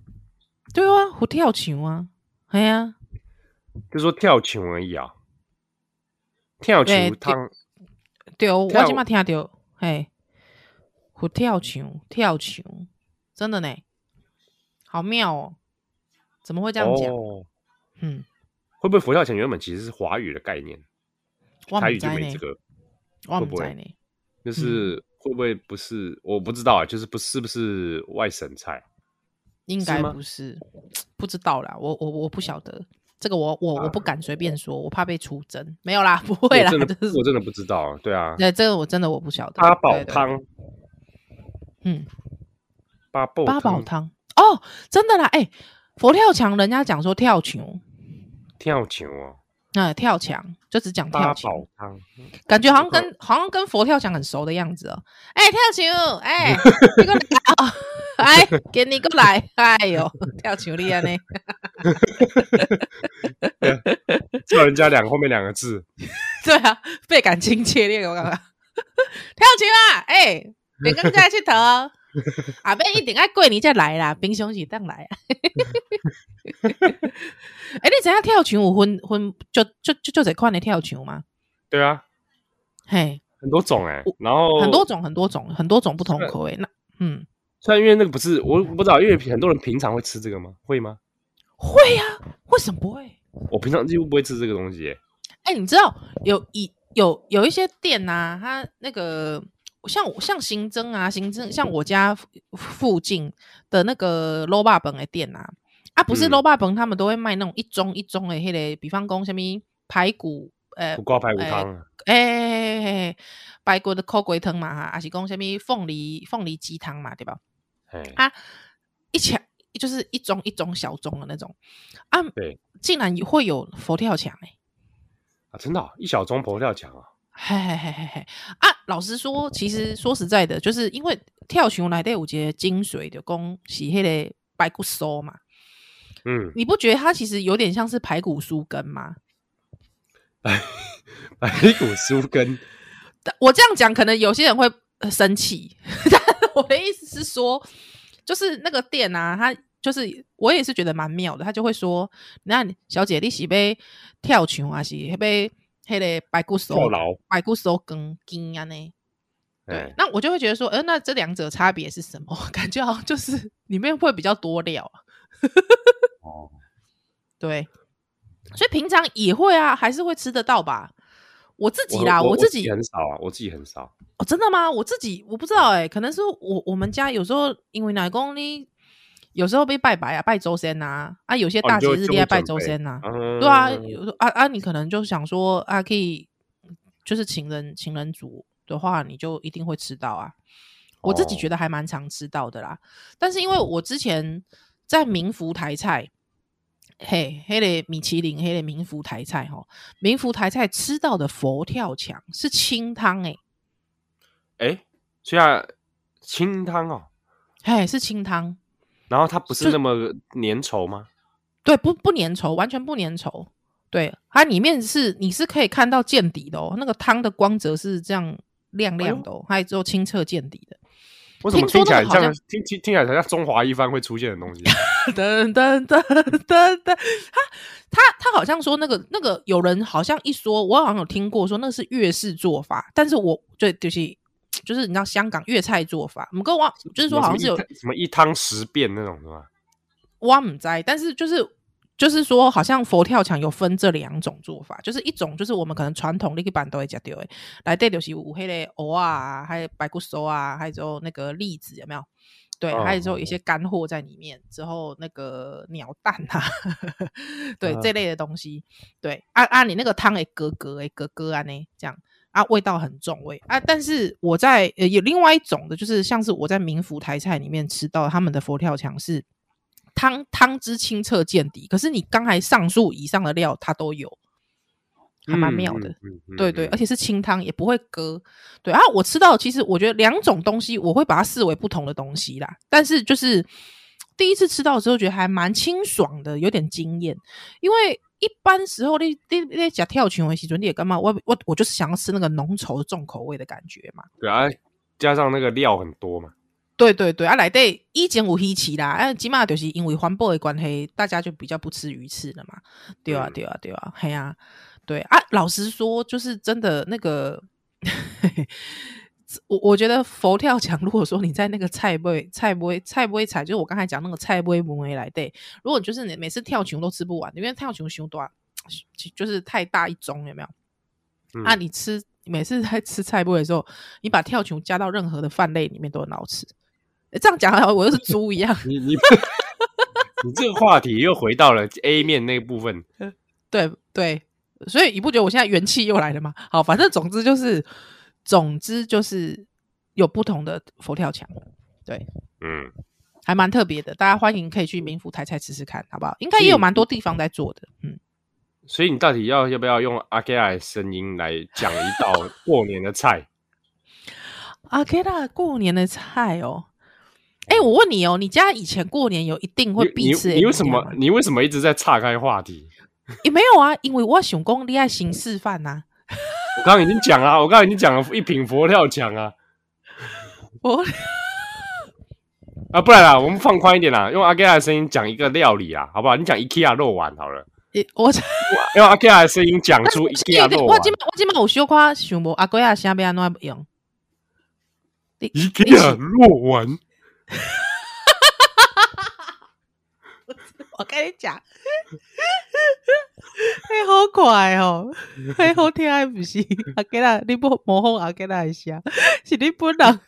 Speaker 3: 对啊，佛跳墙啊，哎啊，
Speaker 2: 就说跳墙而已啊。跳
Speaker 3: 对
Speaker 2: 球
Speaker 3: 对
Speaker 2: 汤
Speaker 3: 对，我
Speaker 2: 跳
Speaker 3: 即马听着，嘿，佛跳墙，跳墙，真的呢，好妙哦，怎么会这样讲？
Speaker 2: 哦，
Speaker 3: 嗯，
Speaker 2: 会不会佛跳墙原本其实是华语的概念？
Speaker 3: 我
Speaker 2: 台
Speaker 3: 唔
Speaker 2: 语
Speaker 3: 知
Speaker 2: 就没
Speaker 3: 呢嗯
Speaker 2: 这，个，
Speaker 3: 我
Speaker 2: 会
Speaker 3: 唔
Speaker 2: 不
Speaker 3: 知
Speaker 2: 会
Speaker 3: 呢，
Speaker 2: 就是会不会不是？我不知道啊，就是不是不是外省菜？
Speaker 3: 应
Speaker 2: 是
Speaker 3: 该
Speaker 2: 吗
Speaker 3: 不是，不知道啦，我我我不晓得。这个我我我不敢随便说，我怕被出征。没有啦，不会啦，
Speaker 2: 啊我真
Speaker 3: 就
Speaker 2: 的
Speaker 3: 是
Speaker 2: 我真的不知道。对啊，
Speaker 3: 对这个我真的我不晓得。
Speaker 2: 八宝
Speaker 3: 对，对
Speaker 2: 汤，
Speaker 3: 嗯，
Speaker 2: 八宝
Speaker 3: 八宝汤哦，真的啦，哎、佛跳墙人家讲说跳墙，
Speaker 2: 跳球哦，
Speaker 3: 那、跳墙就只讲
Speaker 2: 八
Speaker 3: 跳墙，
Speaker 2: 宝汤，
Speaker 3: 感觉好像
Speaker 2: 这个
Speaker 3: 跟好像跟佛跳墙很熟的样子哦。哎、跳球，哎、你过来啊！ 哎，给你过来！哎呦，跳球厉害呢！
Speaker 2: 叫人家两个后面两个字，
Speaker 3: 对啊，倍感亲切烈，我感觉。 跳球啊！哎、别跟家去投，阿妹啊一定爱过年才来啦，平常时当来啊。 哎、你知影跳球有分分就就就就这款的跳球吗？
Speaker 2: 对啊，
Speaker 3: 嘿，
Speaker 2: 很多种哎
Speaker 3: 我。
Speaker 2: 然后
Speaker 3: 很多，种，很多种，很多种不同
Speaker 2: 是
Speaker 3: 口味。那嗯，
Speaker 2: 虽然因为那个不是我不知道，因为很多人平常会吃这个吗？会吗？
Speaker 3: 会呀、啊，为什么不会？
Speaker 2: 我平常几乎不会吃这个东西欸。
Speaker 3: 哎、你知道有一有有一些店呐、它那个像我像新增啊，新增像我家附附近的那个 l o b a 本的店呐、啊，不是
Speaker 2: 嗯
Speaker 3: l o b a 本，他们都会卖那种一盅一盅的迄、那个，比方讲什么排骨，呃
Speaker 2: 苦，瓜排骨
Speaker 3: 哎
Speaker 2: 汤啊，
Speaker 3: 哎、排骨的口龟汤嘛，还是讲什么凤梨凤梨鸡汤嘛，对吧？
Speaker 2: 哎，
Speaker 3: 啊啊，一抢就是一盅一盅小盅的那种啊，
Speaker 2: 对，
Speaker 3: 竟然也会有佛跳墙哎、
Speaker 2: 啊，真的哦、一小钟佛跳墙啊，
Speaker 3: 嘿嘿嘿嘿嘿啊！老实说，其实说实在的，就是因为跳熊来的有一个精髓的讲是迄个排骨酥嘛，
Speaker 2: 嗯，
Speaker 3: 你不觉得它其实有点像是排骨酥根吗？
Speaker 2: 排骨酥 根，
Speaker 3: 但我这样讲，可能有些人会呃生气， 但我的意思是说，就是那个店啊，他就是我也是觉得蛮妙的，他就会说，那你小姐你是被跳墙还是被黑个排骨
Speaker 2: 跳
Speaker 3: 手
Speaker 2: 牢，
Speaker 3: 排骨手跟筋啊呢？对
Speaker 2: 哎，，
Speaker 3: 那我就会觉得说，呃，那这两者差别是什么？ 感觉好像就是里面会比较多料啊。
Speaker 2: 哦，
Speaker 3: 对，所以平常也会啊，还是会吃得到吧。我自己啦，
Speaker 2: 我
Speaker 3: 自己
Speaker 2: 很少啊，我自己很少，
Speaker 3: 哦，真的吗？我自己我不知道哎、可能是我我们家有时候因为奶公呢，有时候被拜拜啊，拜周先呐、啊，啊有些
Speaker 2: 哦
Speaker 3: 大
Speaker 2: 你就
Speaker 3: 节
Speaker 2: 会
Speaker 3: 日
Speaker 2: 就
Speaker 3: 例
Speaker 2: 会
Speaker 3: 要拜
Speaker 2: 准
Speaker 3: 周
Speaker 2: 备
Speaker 3: 先呐、
Speaker 2: 嗯，
Speaker 3: 对啊，有时候啊啊，你可能就想说啊，可以就是情人情人组的话，你就一定会吃到啊。我自己
Speaker 2: 哦
Speaker 3: 觉得还蛮常吃到的啦，但是因为我之前在民福台菜，嘿，黑的米其林，黑的民福台菜哈，民福台菜吃到的佛跳墙是清汤哎、
Speaker 2: 哎，虽然清汤哦，
Speaker 3: 嘿，是清汤，
Speaker 2: 然后它不
Speaker 3: 就是
Speaker 2: 那么粘稠吗？
Speaker 3: 对，不不粘稠，完全不粘稠。对，它里面是你是可以看到见底的哦，那个汤的光泽是这样亮亮的哦，还有之后清澈见底的。
Speaker 2: 为什么
Speaker 3: 听
Speaker 2: 听
Speaker 3: 说
Speaker 2: 起来
Speaker 3: 那个好
Speaker 2: 像
Speaker 3: 像
Speaker 2: 听听听起来像中华一番会出现的东西？啊
Speaker 3: 噔噔噔噔噔，他他他好像说那个那个有人好像一说，我好像有听过说那是粤式做法，但是我对就是就是你知道香港粤菜做法，我们跟我 就是说好像是有
Speaker 2: 什么一汤什么一汤十变那种是吧？
Speaker 3: 我唔知，但是就是就是说，好像佛跳墙有分这两种做法，就是一种就是我们可能传统那个版都会吃到的，来对就是有黑的藕啊，还有白骨酥啊，还有之后那个栗子有没有？对，
Speaker 2: 哦
Speaker 3: 还有之后有一些干货在里面，之后那个鸟蛋啊， 对、
Speaker 2: 啊
Speaker 3: 这类的东西，对啊啊，你那个汤诶，格格诶，格格啊呢，这样啊，味道很重味啊。但是我在呃有另外一种的，就是像是我在民福台菜里面吃到他们的佛跳墙是汤汤汁清澈见底，可是你刚才上述以上的料它都有，还蛮
Speaker 2: 嗯
Speaker 3: 妙的。，
Speaker 2: 嗯
Speaker 3: 对
Speaker 2: 嗯
Speaker 3: 对，，
Speaker 2: 嗯
Speaker 3: 而且是清汤，也不会割。对啊，我吃到其实我觉得两种东西，我会把它视为不同的东西啦。但是就是第一次吃到的时候，觉得还蛮清爽的，有点惊艳。因为一般时候你你你在讲跳群的时候，你也干嘛？我我我就是想要吃那个浓稠重口味的感觉嘛。
Speaker 2: 对啊，加上那个料很多嘛，
Speaker 3: 对对对，啊，来对以前有鱼翅啦，啊，起码就是因为环保的关系，大家就比较不吃鱼翅了嘛。对啊，
Speaker 2: 嗯
Speaker 3: 对啊，对啊，嘿啊，对啊。老实说，就是真的那个， 我我觉得佛跳墙，如果说你在那个菜味、 菜味、菜味菜，就是我刚才讲那个菜味母味来对，如果你就是你每次跳球都吃不完，因为跳球胸多，就是太大一盅，有没有？
Speaker 2: 嗯
Speaker 3: 啊，你吃每次在吃菜脯的时候，你把跳球加到任何的饭类里面都很好吃。诶这样讲好像我又是猪一样，
Speaker 2: 你你 你这个话题又回到了 A 面那部分，
Speaker 3: 对对，所以你不觉得我现在元气又来了吗？好，反正总之就是，总之就是有不同的佛跳墙，
Speaker 2: 嗯，
Speaker 3: 还蛮特别的，大家欢迎可以去民福台菜吃吃看，好不好？应该也有蛮多地方在做的，嗯，
Speaker 2: 所以你到底要要不要用阿 K 亚的声音来讲一道过年的菜？
Speaker 3: 阿 K 啦，过年的菜哦。哎、我问你哦，你家以前过年有一定会
Speaker 2: 你
Speaker 3: 必
Speaker 2: 你
Speaker 3: 吃的
Speaker 2: 你
Speaker 3: 饮
Speaker 2: 为什
Speaker 3: 料
Speaker 2: 么
Speaker 3: 吗
Speaker 2: 你为什么一直在岔开话题？
Speaker 3: 也没有啊，因为我想讲你爱行示范呐、
Speaker 2: 我刚刚已经讲了啊，我刚刚已经讲了一品佛跳墙啊
Speaker 3: 我
Speaker 2: 啊，不然啊，我们放宽一点啦，用阿 K 亚的声音讲一个料理啊，好不好？你讲 IKEA 肉丸好了，
Speaker 3: 我
Speaker 2: 用阿 K 亚的声音讲出
Speaker 3: 我现
Speaker 2: IKEA
Speaker 3: 在有点
Speaker 2: 肉
Speaker 3: 啊 我
Speaker 2: 丸
Speaker 3: 今我今有小可想无阿哥啊啥要安怎用？
Speaker 2: ，IKEA 肉丸，
Speaker 3: 我跟你讲，嘿，好快哦，嘿，好听还不是？阿哥啦，你不模仿阿哥啦一下，是你本人。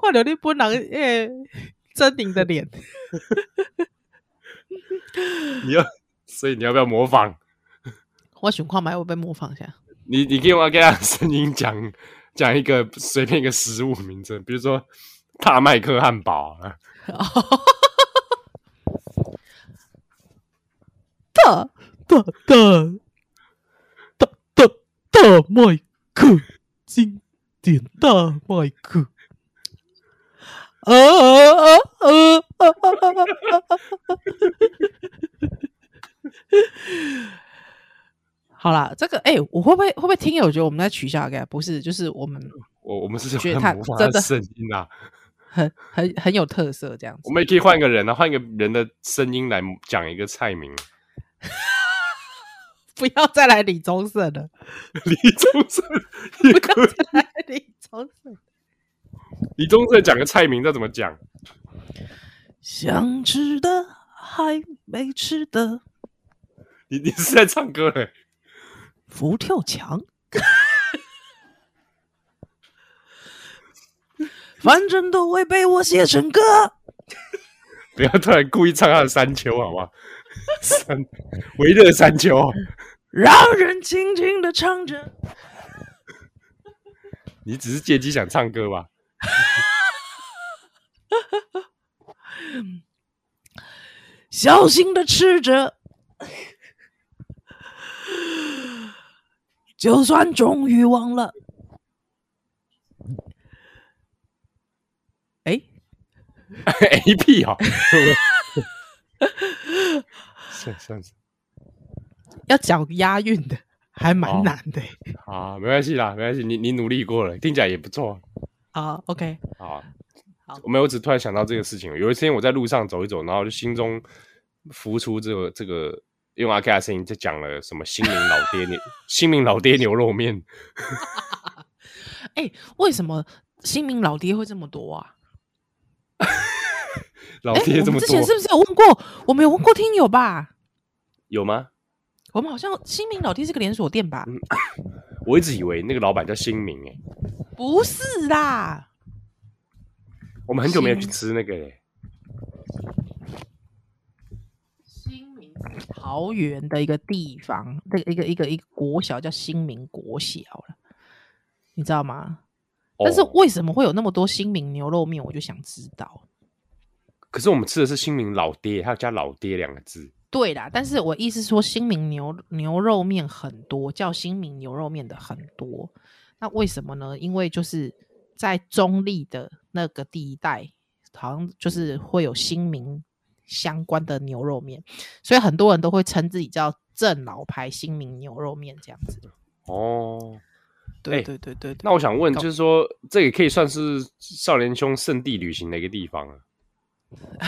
Speaker 3: 看到你本人诶、狰狞的脸，
Speaker 2: 你要，所以你要不要模仿？
Speaker 3: 我想看买，我被模仿一下。
Speaker 2: 你你可以用阿盖亚的声音讲讲一个随便一个食物名称，比如说大麦克汉堡啊，
Speaker 3: 大大大大大大麦克，经典大麦克。啊啊啊啊啊啊啊啊！好啦，这个哎、我会不会会不会听友觉得我们在取笑 gay？不是，就是我们
Speaker 2: 我我们是
Speaker 3: 觉
Speaker 2: 想
Speaker 3: 得他
Speaker 2: 要模仿
Speaker 3: 真
Speaker 2: 他的
Speaker 3: 的
Speaker 2: 声音啊，
Speaker 3: 很很很有特色这样子
Speaker 2: 我。们也可以换一个人啊，换一个人的声音来讲一个菜名。
Speaker 3: 不要再来李宗盛了，
Speaker 2: 李宗 盛也可以，
Speaker 3: 来李宗盛。
Speaker 2: 李宗盛讲个菜名，这怎么讲？
Speaker 3: 想吃的还没吃的，
Speaker 2: 你你是在唱歌嘞？
Speaker 3: 佛跳墙。反正都会被我写成歌。
Speaker 2: 不要突然故意唱他的山丘，好不好？山维热山丘，哦
Speaker 3: 让人轻轻的唱着，
Speaker 2: 你只是借机想唱歌吧？
Speaker 3: 小心的吃着，就算终于忘了。哎，
Speaker 2: A P 哦， 算算是
Speaker 3: 要讲押韵的，还
Speaker 2: 哦
Speaker 3: 蛮难的欸、
Speaker 2: 啊，没关系啦，没关系，你你努力过了，听起来也不错
Speaker 3: 好，OK，
Speaker 2: 啊
Speaker 3: 好。
Speaker 2: 我没有，我只突然想到这个事情。有一天我在路上走一走，然后就心中浮出这个这个用阿 K 的声音就讲了什么心灵老爹牛心灵老爹牛肉面，
Speaker 3: 哎、为什么新民老爹会这么多啊？
Speaker 2: 老
Speaker 3: 哎、
Speaker 2: 爹
Speaker 3: 我
Speaker 2: 这
Speaker 3: 们
Speaker 2: 么
Speaker 3: 之
Speaker 2: 多
Speaker 3: 前是不是有问过？我们有问过听友吧？
Speaker 2: 有吗？
Speaker 3: 我们好像新民老爹是个连锁店吧？
Speaker 2: 嗯我一直以为那个老板叫新明欸诶、
Speaker 3: 不是啦，
Speaker 2: 我们很久没有去
Speaker 3: 新
Speaker 2: 吃那个嘞、
Speaker 3: 新民是桃园的一个地方，那个一个一个一个国小叫新民国小了，你知道吗？但是
Speaker 2: 哦
Speaker 3: 为什么会有那么多新民牛肉面？我就想知道。
Speaker 2: 可是我们吃的是新民老爹，还有加老爹两个字。
Speaker 3: 对啦，但是我意思说，新民牛牛肉面很多，叫新民牛肉面的很多。那为什么呢？因为就是在中立的那个地带，好像就是会有新民相关的牛肉面，所以很多人都会称自己叫正老牌新民牛肉面这样子。
Speaker 2: 哦，哎
Speaker 3: 对对对对对。
Speaker 2: 那我想问，
Speaker 3: 搞
Speaker 2: 就是说，这也可以算是少年兄圣地旅行的一个地方啊。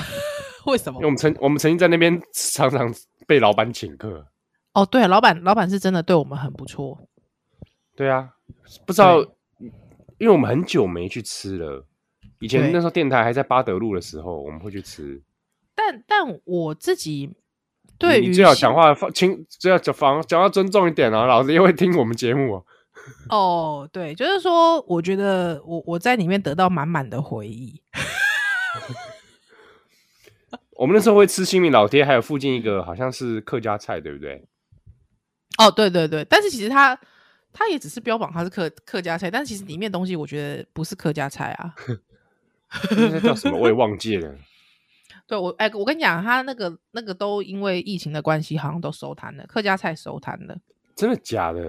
Speaker 3: 为什
Speaker 2: 因
Speaker 3: 么
Speaker 2: 为我？们曾我们曾经在那边常常被老板请客。
Speaker 3: 哦，对、老板老板是真的对我们很不错。
Speaker 2: 对啊，不知道
Speaker 3: 对，
Speaker 2: 因为我们很久没去吃了。以前
Speaker 3: 对
Speaker 2: 那时候电台还在巴德路的时候，我们会去吃。
Speaker 3: 但但我自己对
Speaker 2: 你
Speaker 3: 于
Speaker 2: 你最好
Speaker 3: 新
Speaker 2: 讲话放轻，最好讲放讲话尊重一点啊，老师也会听我们节目、哦。
Speaker 3: 哦，对，就是说，我觉得我我在里面得到满满的回忆。
Speaker 2: 我们那时候会吃新民老爹，还有附近一个好像是客家菜，对不对？
Speaker 3: 哦，对对对，但是其实它它也只是标榜它是客客家菜，但是其实里面东西我觉得不是客家菜 啊。
Speaker 2: 那叫什么我也忘记了。
Speaker 3: 对我哎，我跟你讲，它那个那个都因为疫情的关系，好像都收摊了，客家菜收摊了。
Speaker 2: 真的假的？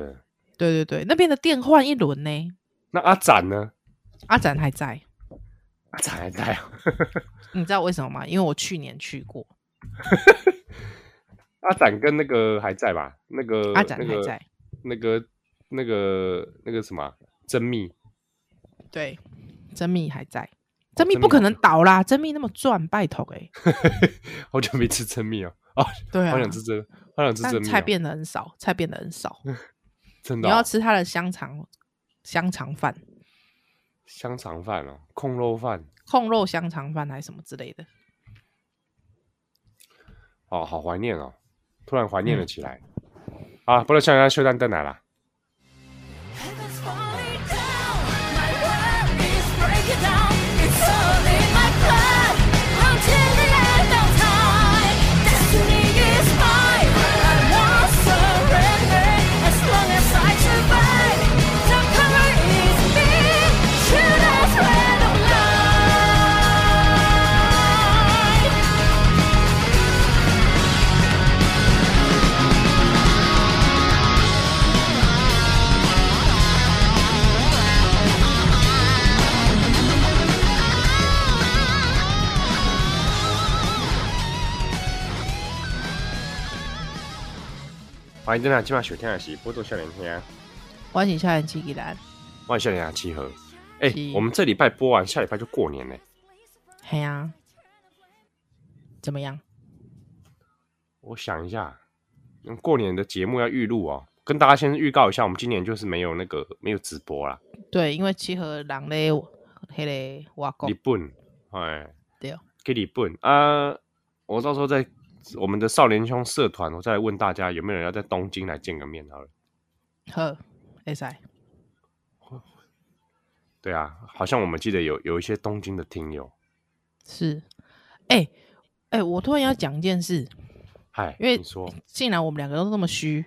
Speaker 3: 对对对，那边的店换一轮呢，
Speaker 2: 那阿展呢？
Speaker 3: 阿展还在，
Speaker 2: 阿展还在
Speaker 3: 哦
Speaker 2: 啊？
Speaker 3: 你知道为什么吗？因为我去年去过，
Speaker 2: 阿展跟那个还在吧？那个
Speaker 3: 阿展还在。，
Speaker 2: 那个那个那个什么啊珍蜜，
Speaker 3: 对，珍蜜还在，珍蜜
Speaker 2: 哦珍
Speaker 3: 不
Speaker 2: 蜜
Speaker 3: 可
Speaker 2: 还
Speaker 3: 能倒啦，珍蜜那么赚，拜托哎、
Speaker 2: 好久没吃珍蜜哦，啊，
Speaker 3: 对啊，
Speaker 2: 好想吃珍，好想吃
Speaker 3: 但
Speaker 2: 珍蜜哦、
Speaker 3: 菜变得很少，菜变得很少。
Speaker 2: 真
Speaker 3: 你
Speaker 2: 的哦、
Speaker 3: 要吃它的香肠，香肠饭、
Speaker 2: 香肠饭哦，控肉饭
Speaker 3: 控肉香肠饭还是什么之类的。
Speaker 2: 哦，好怀念哦，突然怀念
Speaker 3: 嗯
Speaker 2: 了起来。啊，不能想想秀蛋蛋奶啦。
Speaker 1: Heaven's falling down. My world is breaking down. It's all in my blood. Until the end of time, destiny is mine. I won't surrender as long as I survive. The color is me. Shoot us red or
Speaker 2: 欢迎真的今晚雪天的是波多笑脸天，
Speaker 3: 欢迎下人吉吉兰，
Speaker 2: 欢迎笑脸天集合。哎、
Speaker 3: 是
Speaker 2: 我们这礼拜播完，下礼拜就过年嘞、
Speaker 3: 嘿呀、啊，怎么样？
Speaker 2: 我想一下，嗯过年的节目要预录哦，跟大家先预告一下，我们今年就是没有那个没有直播啦，
Speaker 3: 对，因为七和狼嘞，黑嘞瓦工
Speaker 2: 日，本，哎，
Speaker 3: 对哦，
Speaker 2: 给日本啊、我到时候在我们的少年兄社团，我再来问大家有没有人要在东京来见个面好了。
Speaker 3: 呵，会使，
Speaker 2: 对啊，好像我们记得有有一些东京的听友，
Speaker 3: 是，哎、哎、我突然要讲一件事，
Speaker 2: 嗨，
Speaker 3: 因为
Speaker 2: 你说
Speaker 3: 竟然我们两个都这么虚，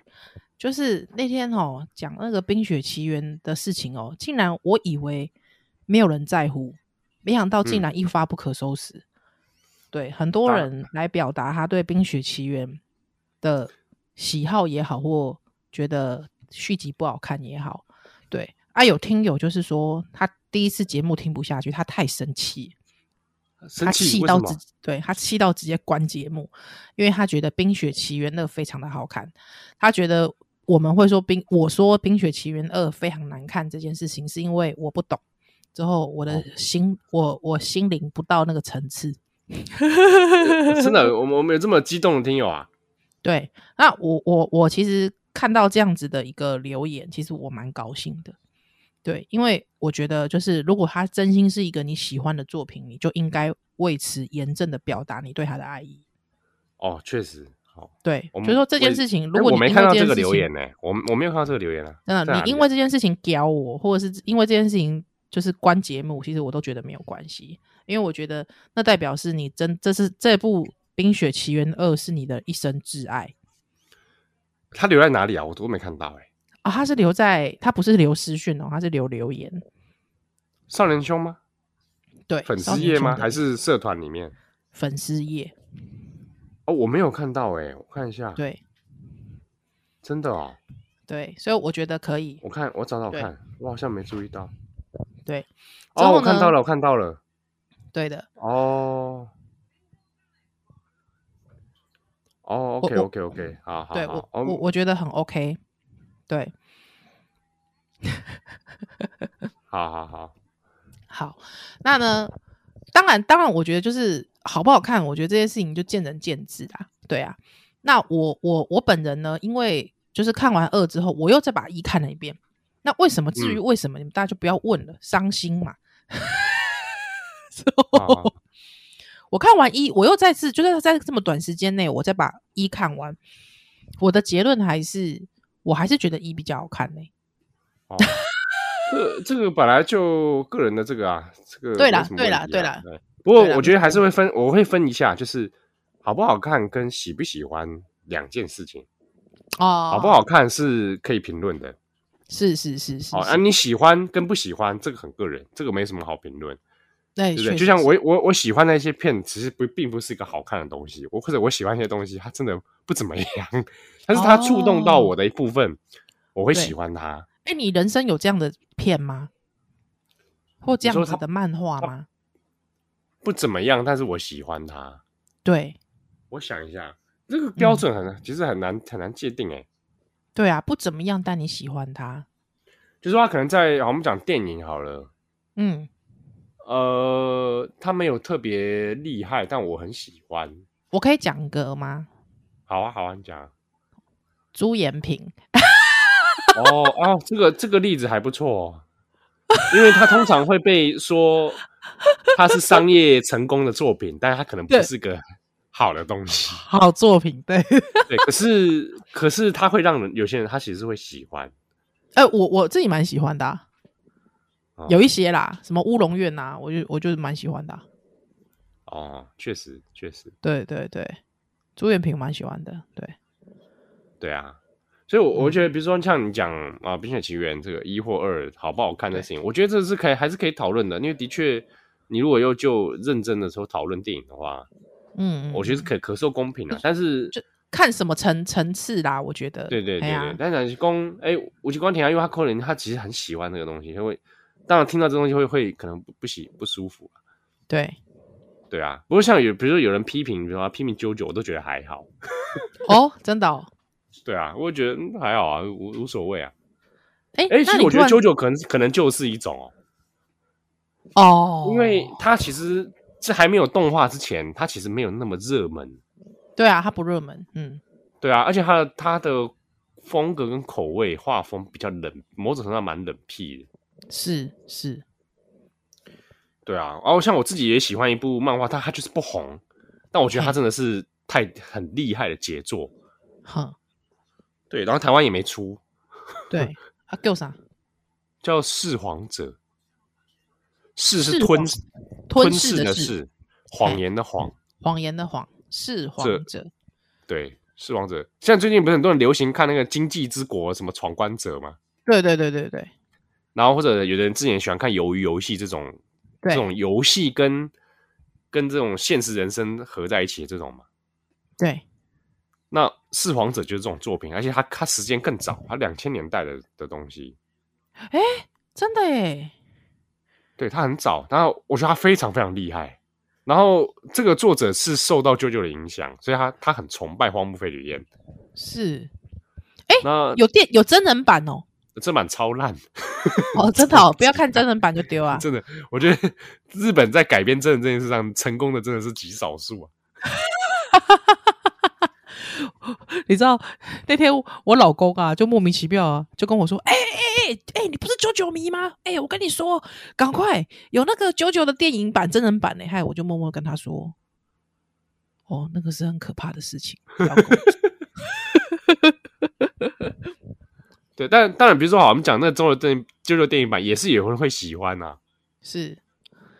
Speaker 3: 就是那天哦讲那个《冰雪奇缘》的事情哦，竟然我以为没有人在乎，没想到竟然一发不可收拾。对，很多
Speaker 2: 嗯当
Speaker 3: 人来表达他对《冰雪奇缘》的喜好也好，或觉得续集不好看也好，对啊，有听友就是说他第一次节目听不下去，他太生气了。
Speaker 2: 生
Speaker 3: 他
Speaker 2: 气
Speaker 3: 气
Speaker 2: 为
Speaker 3: 到
Speaker 2: 什
Speaker 3: 直
Speaker 2: 么？，
Speaker 3: 对他气到直接关节目，因为他觉得《冰雪奇缘二》非常的好看，他觉得我们会说冰，我说《冰雪奇缘二》非常难看这件事情，是因为我不懂，之后我
Speaker 2: 哦
Speaker 3: 的心，我我心灵不到那个 层次。
Speaker 2: 哦真的，我们我们有这么激动的听友啊？
Speaker 3: 对，那我我我其实看到这样子的一个留言，其实我蛮高兴的。对，因为我觉得就是如果他真心是一个你喜欢的作品，你就应该为此严正的表达你对他的爱意。
Speaker 2: 哦，确实，好、
Speaker 3: 对，
Speaker 2: 我
Speaker 3: 所
Speaker 2: 们
Speaker 3: 以说这
Speaker 2: 我
Speaker 3: 件
Speaker 2: 也
Speaker 3: 事情，
Speaker 2: 哎
Speaker 3: 如
Speaker 2: 我
Speaker 3: 果你
Speaker 2: 没
Speaker 3: 因
Speaker 2: 看
Speaker 3: 为
Speaker 2: 到
Speaker 3: 这
Speaker 2: 这
Speaker 3: 件
Speaker 2: 个
Speaker 3: 事
Speaker 2: 留
Speaker 3: 情
Speaker 2: 言呢、我我没有看到这个留言啊。
Speaker 3: 真
Speaker 2: 在
Speaker 3: 的，
Speaker 2: 哪
Speaker 3: 你因
Speaker 2: 里啊
Speaker 3: 为这件事情屌我，或者是因为这件事情就是关节目，其实我都觉得没有关系，因为我觉得那代表是你真这是这部《冰雪奇缘二》是你的一生挚爱
Speaker 2: 他留在哪里啊？我都没看到哎、
Speaker 3: 啊！他是留在，他不是留私讯哦，他是留留言，
Speaker 2: 少年兄吗？
Speaker 3: 对，
Speaker 2: 粉
Speaker 3: 少
Speaker 2: 丝
Speaker 3: 年
Speaker 2: 页
Speaker 3: 兄
Speaker 2: 吗？
Speaker 3: 的
Speaker 2: 还是社团里面？
Speaker 3: 粉丝页？
Speaker 2: 哦，我没有看到哎、我看一下。，
Speaker 3: 对
Speaker 2: 真的哦，
Speaker 3: 对，所以我觉得可以。
Speaker 2: 我看我找找
Speaker 3: 对
Speaker 2: 看，我好像没注意到。
Speaker 3: 对，之
Speaker 2: 哦，
Speaker 3: 后
Speaker 2: 我看
Speaker 3: 呢
Speaker 2: 到了，我看到了。
Speaker 3: 对的，
Speaker 2: 哦，哦
Speaker 3: 我
Speaker 2: ，OK OK OK，好好
Speaker 3: 对
Speaker 2: 好
Speaker 3: 我，
Speaker 2: 哦
Speaker 3: 我我觉得很 OK。对，
Speaker 2: 好好 好，
Speaker 3: 好，那呢？当然，当然，我觉得就是好不好看，我觉得这些事情就见仁见智啦。对啊，那我我我本人呢，因为就是看完二之后，我又再把一看了一遍。那为什么？至于
Speaker 2: 嗯
Speaker 3: 为什么，你们大家就不要问了，伤心嘛。
Speaker 2: 好好
Speaker 3: 我看完一，我又再次就是在这么短时间内，我再把一看完，我的结论还是，我还是觉得一比较好看呢、
Speaker 2: 哦，这个这个本来就个人的这个啊，这个
Speaker 3: 对啦
Speaker 2: 没什么
Speaker 3: 对啦
Speaker 2: 问题
Speaker 3: 对
Speaker 2: 啊
Speaker 3: 啦。
Speaker 2: 不过
Speaker 3: 对啦
Speaker 2: 我觉得还是会分，我会分一下，就是好不好看跟喜不喜欢两件事情。
Speaker 3: 哦，
Speaker 2: 好不？好看是可以评论的，
Speaker 3: 是是是是，
Speaker 2: 好啊，
Speaker 3: 是
Speaker 2: 你喜欢跟不喜欢这个很个人，这个没什么好评论，
Speaker 3: 对
Speaker 2: 对不对？
Speaker 3: 确
Speaker 2: 就
Speaker 3: 实
Speaker 2: 像
Speaker 3: 是
Speaker 2: 我我我喜欢那些片，其实不并不是一个好看的东西，我或者我喜欢一些东西，它真的不怎么样，但是它触动到我的一部分，我会
Speaker 3: 哦对
Speaker 2: 喜欢它。
Speaker 3: 哎、你人生有这样的片吗？或这
Speaker 2: 你说
Speaker 3: 样子
Speaker 2: 他
Speaker 3: 的漫画吗？
Speaker 2: 不怎么样，但是我喜欢它。
Speaker 3: 对
Speaker 2: 我想一下，这
Speaker 3: 嗯
Speaker 2: 个标准很、其实很难很难界定诶、欸
Speaker 3: 对啊，不怎么样，但你喜欢他。
Speaker 2: 就是说它可能在好我们讲电影好了，
Speaker 3: 嗯，
Speaker 2: 呃，它没有特别厉害，但我很喜欢。
Speaker 3: 我可以讲一个吗？
Speaker 2: 好啊，好啊，你讲啊。
Speaker 3: 朱延平，
Speaker 2: 哦啊，这个这个例子还不错、哦，因为它通常会被说它是商业成功的作品，但它可能不
Speaker 3: 对
Speaker 2: 是个好的东西。
Speaker 3: 好作品，对。
Speaker 2: 对，可是可是它会让人有些人他其实会喜欢。
Speaker 3: 呃，我我自己蛮喜欢的啊、
Speaker 2: 哦
Speaker 3: 有一些啦，什么乌龙院呐、我就我就蛮喜欢的啊、
Speaker 2: 哦，确实确实，
Speaker 3: 对对对，朱延平蛮喜欢的，对
Speaker 2: 对啊。所以我，我觉
Speaker 3: 嗯
Speaker 2: 得，比如说像你讲啊，《冰雪奇缘》这个一或二好不好看的
Speaker 3: 对
Speaker 2: 事情，我觉得这是可以还是可以讨论的，因为的确，你如果要就认真的时候讨论电影的话，
Speaker 3: 嗯，嗯
Speaker 2: 我觉得是
Speaker 3: 嗯
Speaker 2: 可可受公平的、但是
Speaker 3: 就看什么层层次啦，我觉得，
Speaker 2: 对对
Speaker 3: 哎
Speaker 2: 对对
Speaker 3: 呀，
Speaker 2: 但是公哎，吴奇光田啊，因为他可能他其实很喜欢这个东西，他会当然听到这东西会会可能不不喜不舒服，啊
Speaker 3: 对，
Speaker 2: 对啊啊。不过像有比如说有人批评，比如说批评九九，我都觉得还好，
Speaker 3: 哦，真的、哦，
Speaker 2: 对啊，我也觉得、嗯还好啊，无无所谓啊。
Speaker 3: 哎、
Speaker 2: 哎、
Speaker 3: 那
Speaker 2: 其实
Speaker 3: 你
Speaker 2: 我觉得
Speaker 3: 突
Speaker 2: 啾
Speaker 3: 然
Speaker 2: 啾可能可能就是一种哦，
Speaker 3: 哦，
Speaker 2: 因为它其实这还没有动画之前，它其实没有那么热门，
Speaker 3: 对啊，它不热门，嗯，
Speaker 2: 对啊，而且它的它的风格跟口味画风比较冷，某种程度上蛮冷僻的。
Speaker 3: 是是，
Speaker 2: 对啊，然后像我自己也喜欢一部漫画，但它就是不红，但我觉
Speaker 3: 嗯
Speaker 2: 得它真的是太很厉害的杰作。
Speaker 3: 哼，
Speaker 2: 对，然后台湾也没出，嗯
Speaker 3: 对，啊，叫啥？
Speaker 2: 叫《噬皇者》，噬
Speaker 3: 噬
Speaker 2: 是吞
Speaker 3: 皇
Speaker 2: 吞
Speaker 3: 吞噬
Speaker 2: 噬
Speaker 3: 的
Speaker 2: 的
Speaker 3: 噬嗯
Speaker 2: 噬，谎言的谎。
Speaker 3: 谎言的谎，是谎者，
Speaker 2: 对，噬王者。像最近不是很多人流行看那个《经济之国》什么闯关者嘛，
Speaker 3: 对对对对对
Speaker 2: 然后或者有的人之前喜欢看《鱿鱼游戏》这种这
Speaker 3: 对
Speaker 2: 种游戏跟跟这种现实人生合在一起的这种嘛。
Speaker 3: 对，
Speaker 2: 那《四皇者》就是这种作品，而且它它时间更早，它两千年代的的东西，
Speaker 3: 真的诶，
Speaker 2: 对，它很早。然后我觉得它非常非常厉害。然后这个作者是受到舅舅的影响，所以他他很崇拜荒木飞吕彦。
Speaker 3: 是
Speaker 2: 那
Speaker 3: 有电有真人版哦，
Speaker 2: 这版超烂，呃
Speaker 3: 哦，真的哦，不 要看真人版就丢啊，
Speaker 2: 真的，我觉得日本在改编真人这件事上成功的真的是极少数啊。
Speaker 3: 你知道那天我老公啊，就莫名其妙啊，就跟我说：“哎哎哎哎，你不是九九迷吗？哎、我跟你说，赶快有那个九九的电影版、真人版呢、害我就默默跟他说：“哦，那个是很可怕的事情。不要跟我说
Speaker 2: 对，但当然，比如说好，我们讲那个中国电啾啾电影版，也是有人会喜欢啊。
Speaker 3: 是，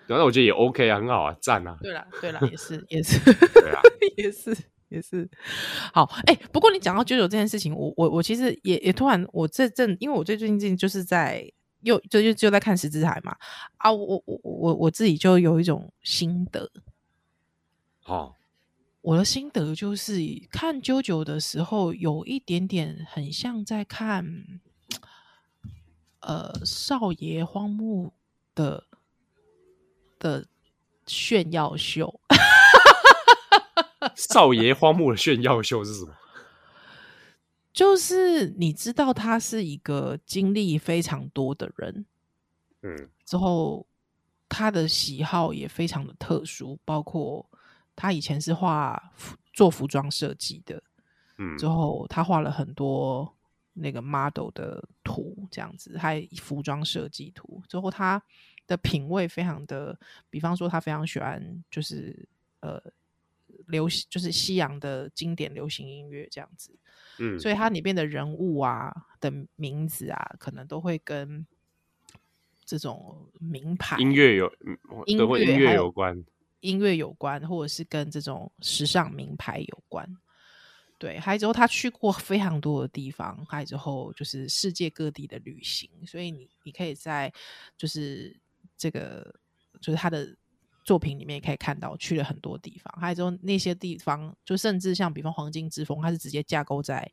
Speaker 2: 然后我觉得也 OK 啊，很好啊，赞啊，
Speaker 3: 对啦，对啦，也是，也是，
Speaker 2: 对啊，
Speaker 3: 也是，也是。好，哎、不过你讲到九九这件事情，我我我其实也也突然，我这阵因为我最最近就是在又就就就在看十字海嘛，啊，我我我我自己就有一种心得，
Speaker 2: 哦，
Speaker 3: 我的心得就是看啾啾的时候，有一点点很像在看，呃，少爷荒木的的炫耀秀。
Speaker 2: 少爷荒木的炫耀秀是什么？
Speaker 3: 就是你知道他是一个经历非常多的人，
Speaker 2: 嗯，
Speaker 3: 之后他的喜好也非常的特殊，包括他以前是画服做服装设计的，
Speaker 2: 嗯
Speaker 3: 之，后他画了很多那个 model 的图，这样子，还有服装设计图。之后他的品味非常的，比方说他非常喜欢就是呃流行，就是西洋的经典流行音乐这样子，
Speaker 2: 嗯，
Speaker 3: 所以它里面的人物啊的名字啊，可能都会跟这种名牌
Speaker 2: 音乐有，嗯
Speaker 3: 音
Speaker 2: 对，或
Speaker 3: 乐
Speaker 2: 音
Speaker 3: 还
Speaker 2: 乐
Speaker 3: 有
Speaker 2: 有关，
Speaker 3: 音乐有关，或者是跟这种时尚名牌有关。对，还有之后他去过非常多的地方，还有之后就是世界各地的旅行，所以你你可以在就是这个就是他的作品里面也可以看到去了很多地方，还有之后那些地方就甚至像比方《黄金之风》，它是直接架构在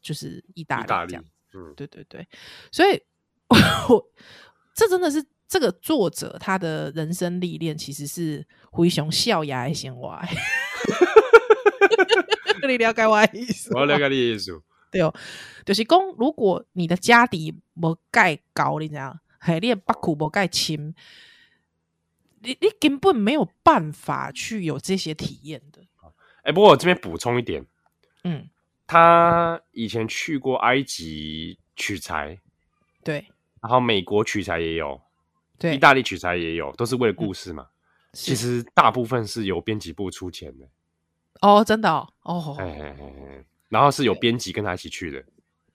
Speaker 3: 就是意大
Speaker 2: 意大
Speaker 3: 利这
Speaker 2: 利
Speaker 3: 样，
Speaker 2: 嗯，
Speaker 3: 对对对，所以 我这真的是这个作者他的人生历练其实是灰熊笑牙的先歪。 你了解我的意思吗？
Speaker 2: 我要了解你的意思，
Speaker 3: 对哦，就是讲，如果你的家底无盖高，你知道，嘿，你的北苦无盖深，你你根本没有办法去有这些体验的。
Speaker 2: 哎，不过我这边补充一点，
Speaker 3: 嗯，
Speaker 2: 他以前去过埃及取材，
Speaker 3: 对
Speaker 2: 然后美国取材也有，意
Speaker 3: 对，嗯
Speaker 2: 大利取材也有，都是为了故事嘛。其
Speaker 3: 是
Speaker 2: 实大部分是由编辑部出钱的，
Speaker 3: 哦，真的哦，哦，
Speaker 2: 哎哎哎哎哎，然后是有编辑跟他一起去的。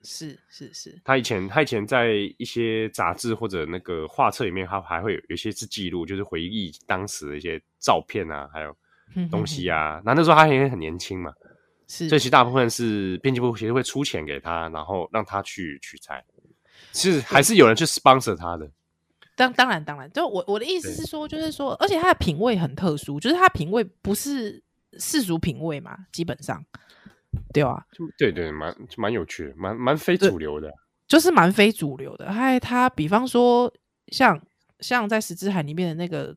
Speaker 3: 是是是，
Speaker 2: 他以前他以前在一些杂志或者那个画册里面，他还会有有一些是记录，就是回忆当时的一些照片啊，还有
Speaker 3: 嗯
Speaker 2: 东西啊。那那时候他也很年轻嘛，
Speaker 3: 是
Speaker 2: 所以其实大部分是编辑部其实会出钱给他，然后让他去取材。其实还是有人去 sponsor 他的，
Speaker 3: 当当然当然，就我我的意思
Speaker 2: 对
Speaker 3: 是说，就是说，而且他的品味很特殊，就是他的品味不是世俗品味嘛，基本上，对啊，
Speaker 2: 对对，蛮蛮有趣的，蛮蛮非主流的。
Speaker 3: 就是蛮非主流的。还他比方说像像在《十之海》里面的那个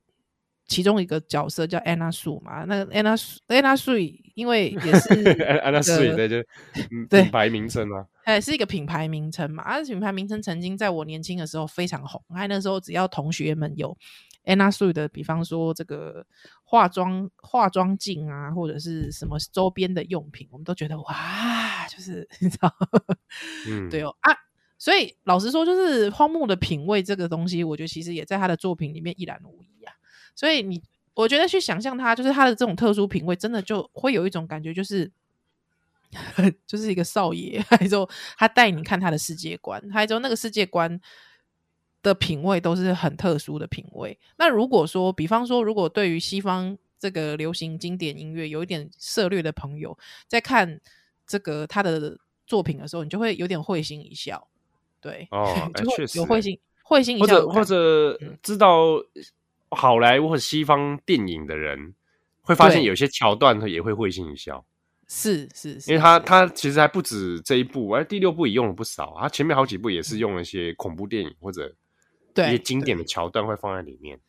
Speaker 3: 其中一个角色叫安娜素嘛，那安娜素安娜素因为也 是
Speaker 2: 安安娜斯里
Speaker 3: 呃
Speaker 2: 对，就是嗯
Speaker 3: 对
Speaker 2: 品牌名称啊，
Speaker 3: 哎是一个品牌名称嘛，啊品牌名称曾经在我年轻的时候非常红，哎那时候只要同学们有安娜素的，比方说这个化妆化妆镜啊，或者是什么周边的用品，我们都觉得哇，就是 你知道。
Speaker 2: 嗯，
Speaker 3: 对哦啊，所以老实说，就是荒木的品味这个东西，我觉得其实也在他的作品里面一览无遗啊。所以你，我觉得去想象他，就是他的这种特殊品味，真的就会有一种感觉，就是 就是一个少爷， 还有他带你看他的世界观，还有那个世界观。的品味都是很特殊的品味。那如果说，比方说，如果对于西方这个流行经典音乐有一点涉略的朋友，在看这个他的作品的时候，你就会有点会心一笑，对，
Speaker 2: 哦哎
Speaker 3: 就
Speaker 2: 确
Speaker 3: 会
Speaker 2: 实
Speaker 3: 有
Speaker 2: 哎
Speaker 3: 会心会心一
Speaker 2: 或
Speaker 3: 笑
Speaker 2: 者
Speaker 3: 的感觉，
Speaker 2: 或者
Speaker 3: 嗯
Speaker 2: 知道好莱坞或西方电影的人，会发现
Speaker 3: 对
Speaker 2: 有些桥段也会会心一笑，
Speaker 3: 是是是，
Speaker 2: 因为他
Speaker 3: 是
Speaker 2: 他其实还不止这一部，而第六部也用了不少，啊他前面好几部也是用了一些恐怖电影或者一些
Speaker 3: 对
Speaker 2: 经典的桥段会放在里面。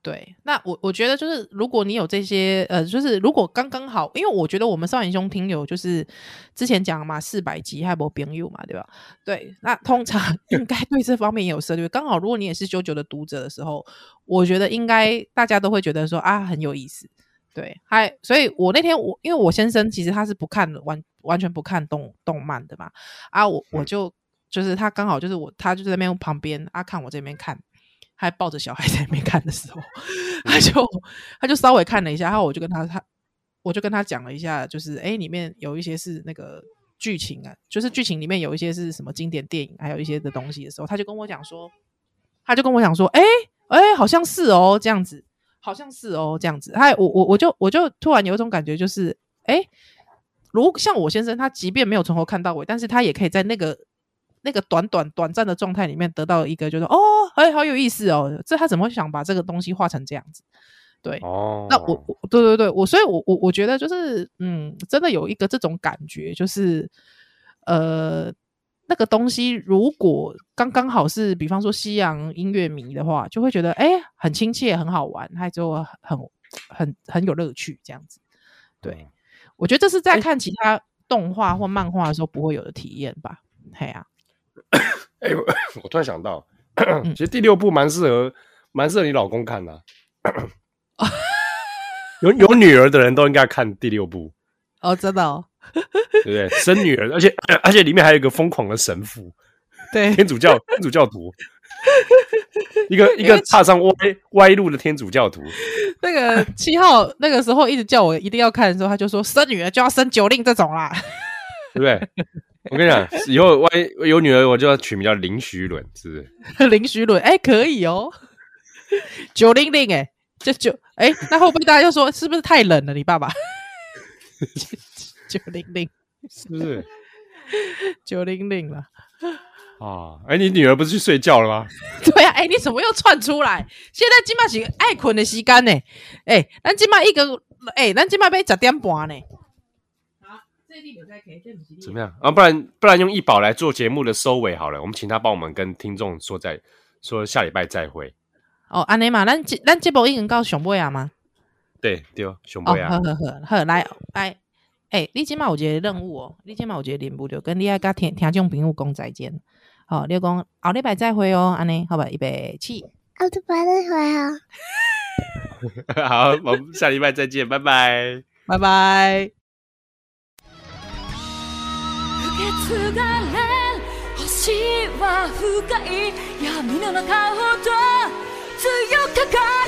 Speaker 3: 对，那我我觉得就是，如果你有这些，呃，就是如果刚刚好，因为我觉得我们少年兄听友就是之前讲嘛，四百集还有朋友嘛，对吧？对，那通常应该对这方面也有涉略。刚好如果你也是九九的读者的时候，我觉得应该大家都会觉得说啊很有意思，对，还所以，我那天我因为我先生其实他是不看完完全不看动动漫的嘛，啊，我我
Speaker 2: 嗯
Speaker 3: 就就是他刚好就是我他就在那边旁边啊看我这边看，还抱着小孩在那边看的时候， 他就他就稍微看了一下，然后我就跟他他我就跟他讲了一下，就是哎里面有一些是那个剧情啊，就是剧情里面有一些是什么经典电影，还有一些的东西的时候，他就跟我讲说，他就跟我讲说，哎哎好像是哦这样子，好像是哦这样子，哎我我我就我就突然有一种感觉就是，哎。如像我先生，他即便没有从头看到尾，但是他也可以在那个那个短短短暂的状态里面得到一个，就是哦，哎、好有意思哦，这他怎么会想把这个东西画成这样子？对，
Speaker 2: 哦，
Speaker 3: 那我我对对对，我所以我，我我觉得就是，嗯，真的有一个这种感觉，就是，呃，那个东西如果刚刚好是，比方说西洋音乐迷的话，就会觉得哎、很亲切，很好玩，还就很很很有乐趣这样子。对，我觉得这是在看其他动画或漫画的时候不会有的体验吧。嘿啊呀、
Speaker 2: 哎、我我 突然想到，
Speaker 3: 嗯
Speaker 2: 其实第六部蛮适合，蛮适合你老公看的啊、有有女儿的人都应该看第六部，
Speaker 3: 哦，真的、哦，
Speaker 2: 对不对？生女儿，而且而且里面还有一个疯狂的神父，
Speaker 3: 对
Speaker 2: 天主教天主教徒，一个一个踏上歪歪路的天主教徒，
Speaker 3: 那个七号那个时候一直叫我一定要看的时候，他就说生女儿就要生九令这种啦。
Speaker 2: 对不对？我跟你讲，以后万一有女儿，我就要取名叫林徐伦，是不是？
Speaker 3: 零徐伦，哎、可以哦， 九零零，哎，这九，哎、那会不会大家就说是不是太冷了？你爸爸 九零零，
Speaker 2: 是不是？
Speaker 3: 九零零了，
Speaker 2: 啊，哎，你女儿不是去睡觉了吗？
Speaker 3: 对啊，哎、你怎么又窜出来？现在今麦是爱困的时间呢，哎、咱今麦一个，哎、咱今麦要十点半呢。
Speaker 2: 怎么样啊？不然不然用一宝来做节目的收尾好了，我们请他帮我们跟听众说再说下礼拜再会。
Speaker 3: 哦，安尼嘛，咱这咱这部已经到上尾啊嘛。
Speaker 2: 对对哦，熊博
Speaker 3: 哦，好
Speaker 2: 呀，
Speaker 3: 好好好，来来，诶、你即嘛有一个任务哦，你即嘛有一个任务就跟你爱甲听听众朋友讲再见。好、你就讲后礼拜再会哦，安尼好吧，预备起，
Speaker 1: 奥特曼的怀啊。
Speaker 2: 好，我们下礼拜再见，拜拜。
Speaker 3: 拜拜。
Speaker 1: 受け継がれる星は深い闇の中ほど強く輝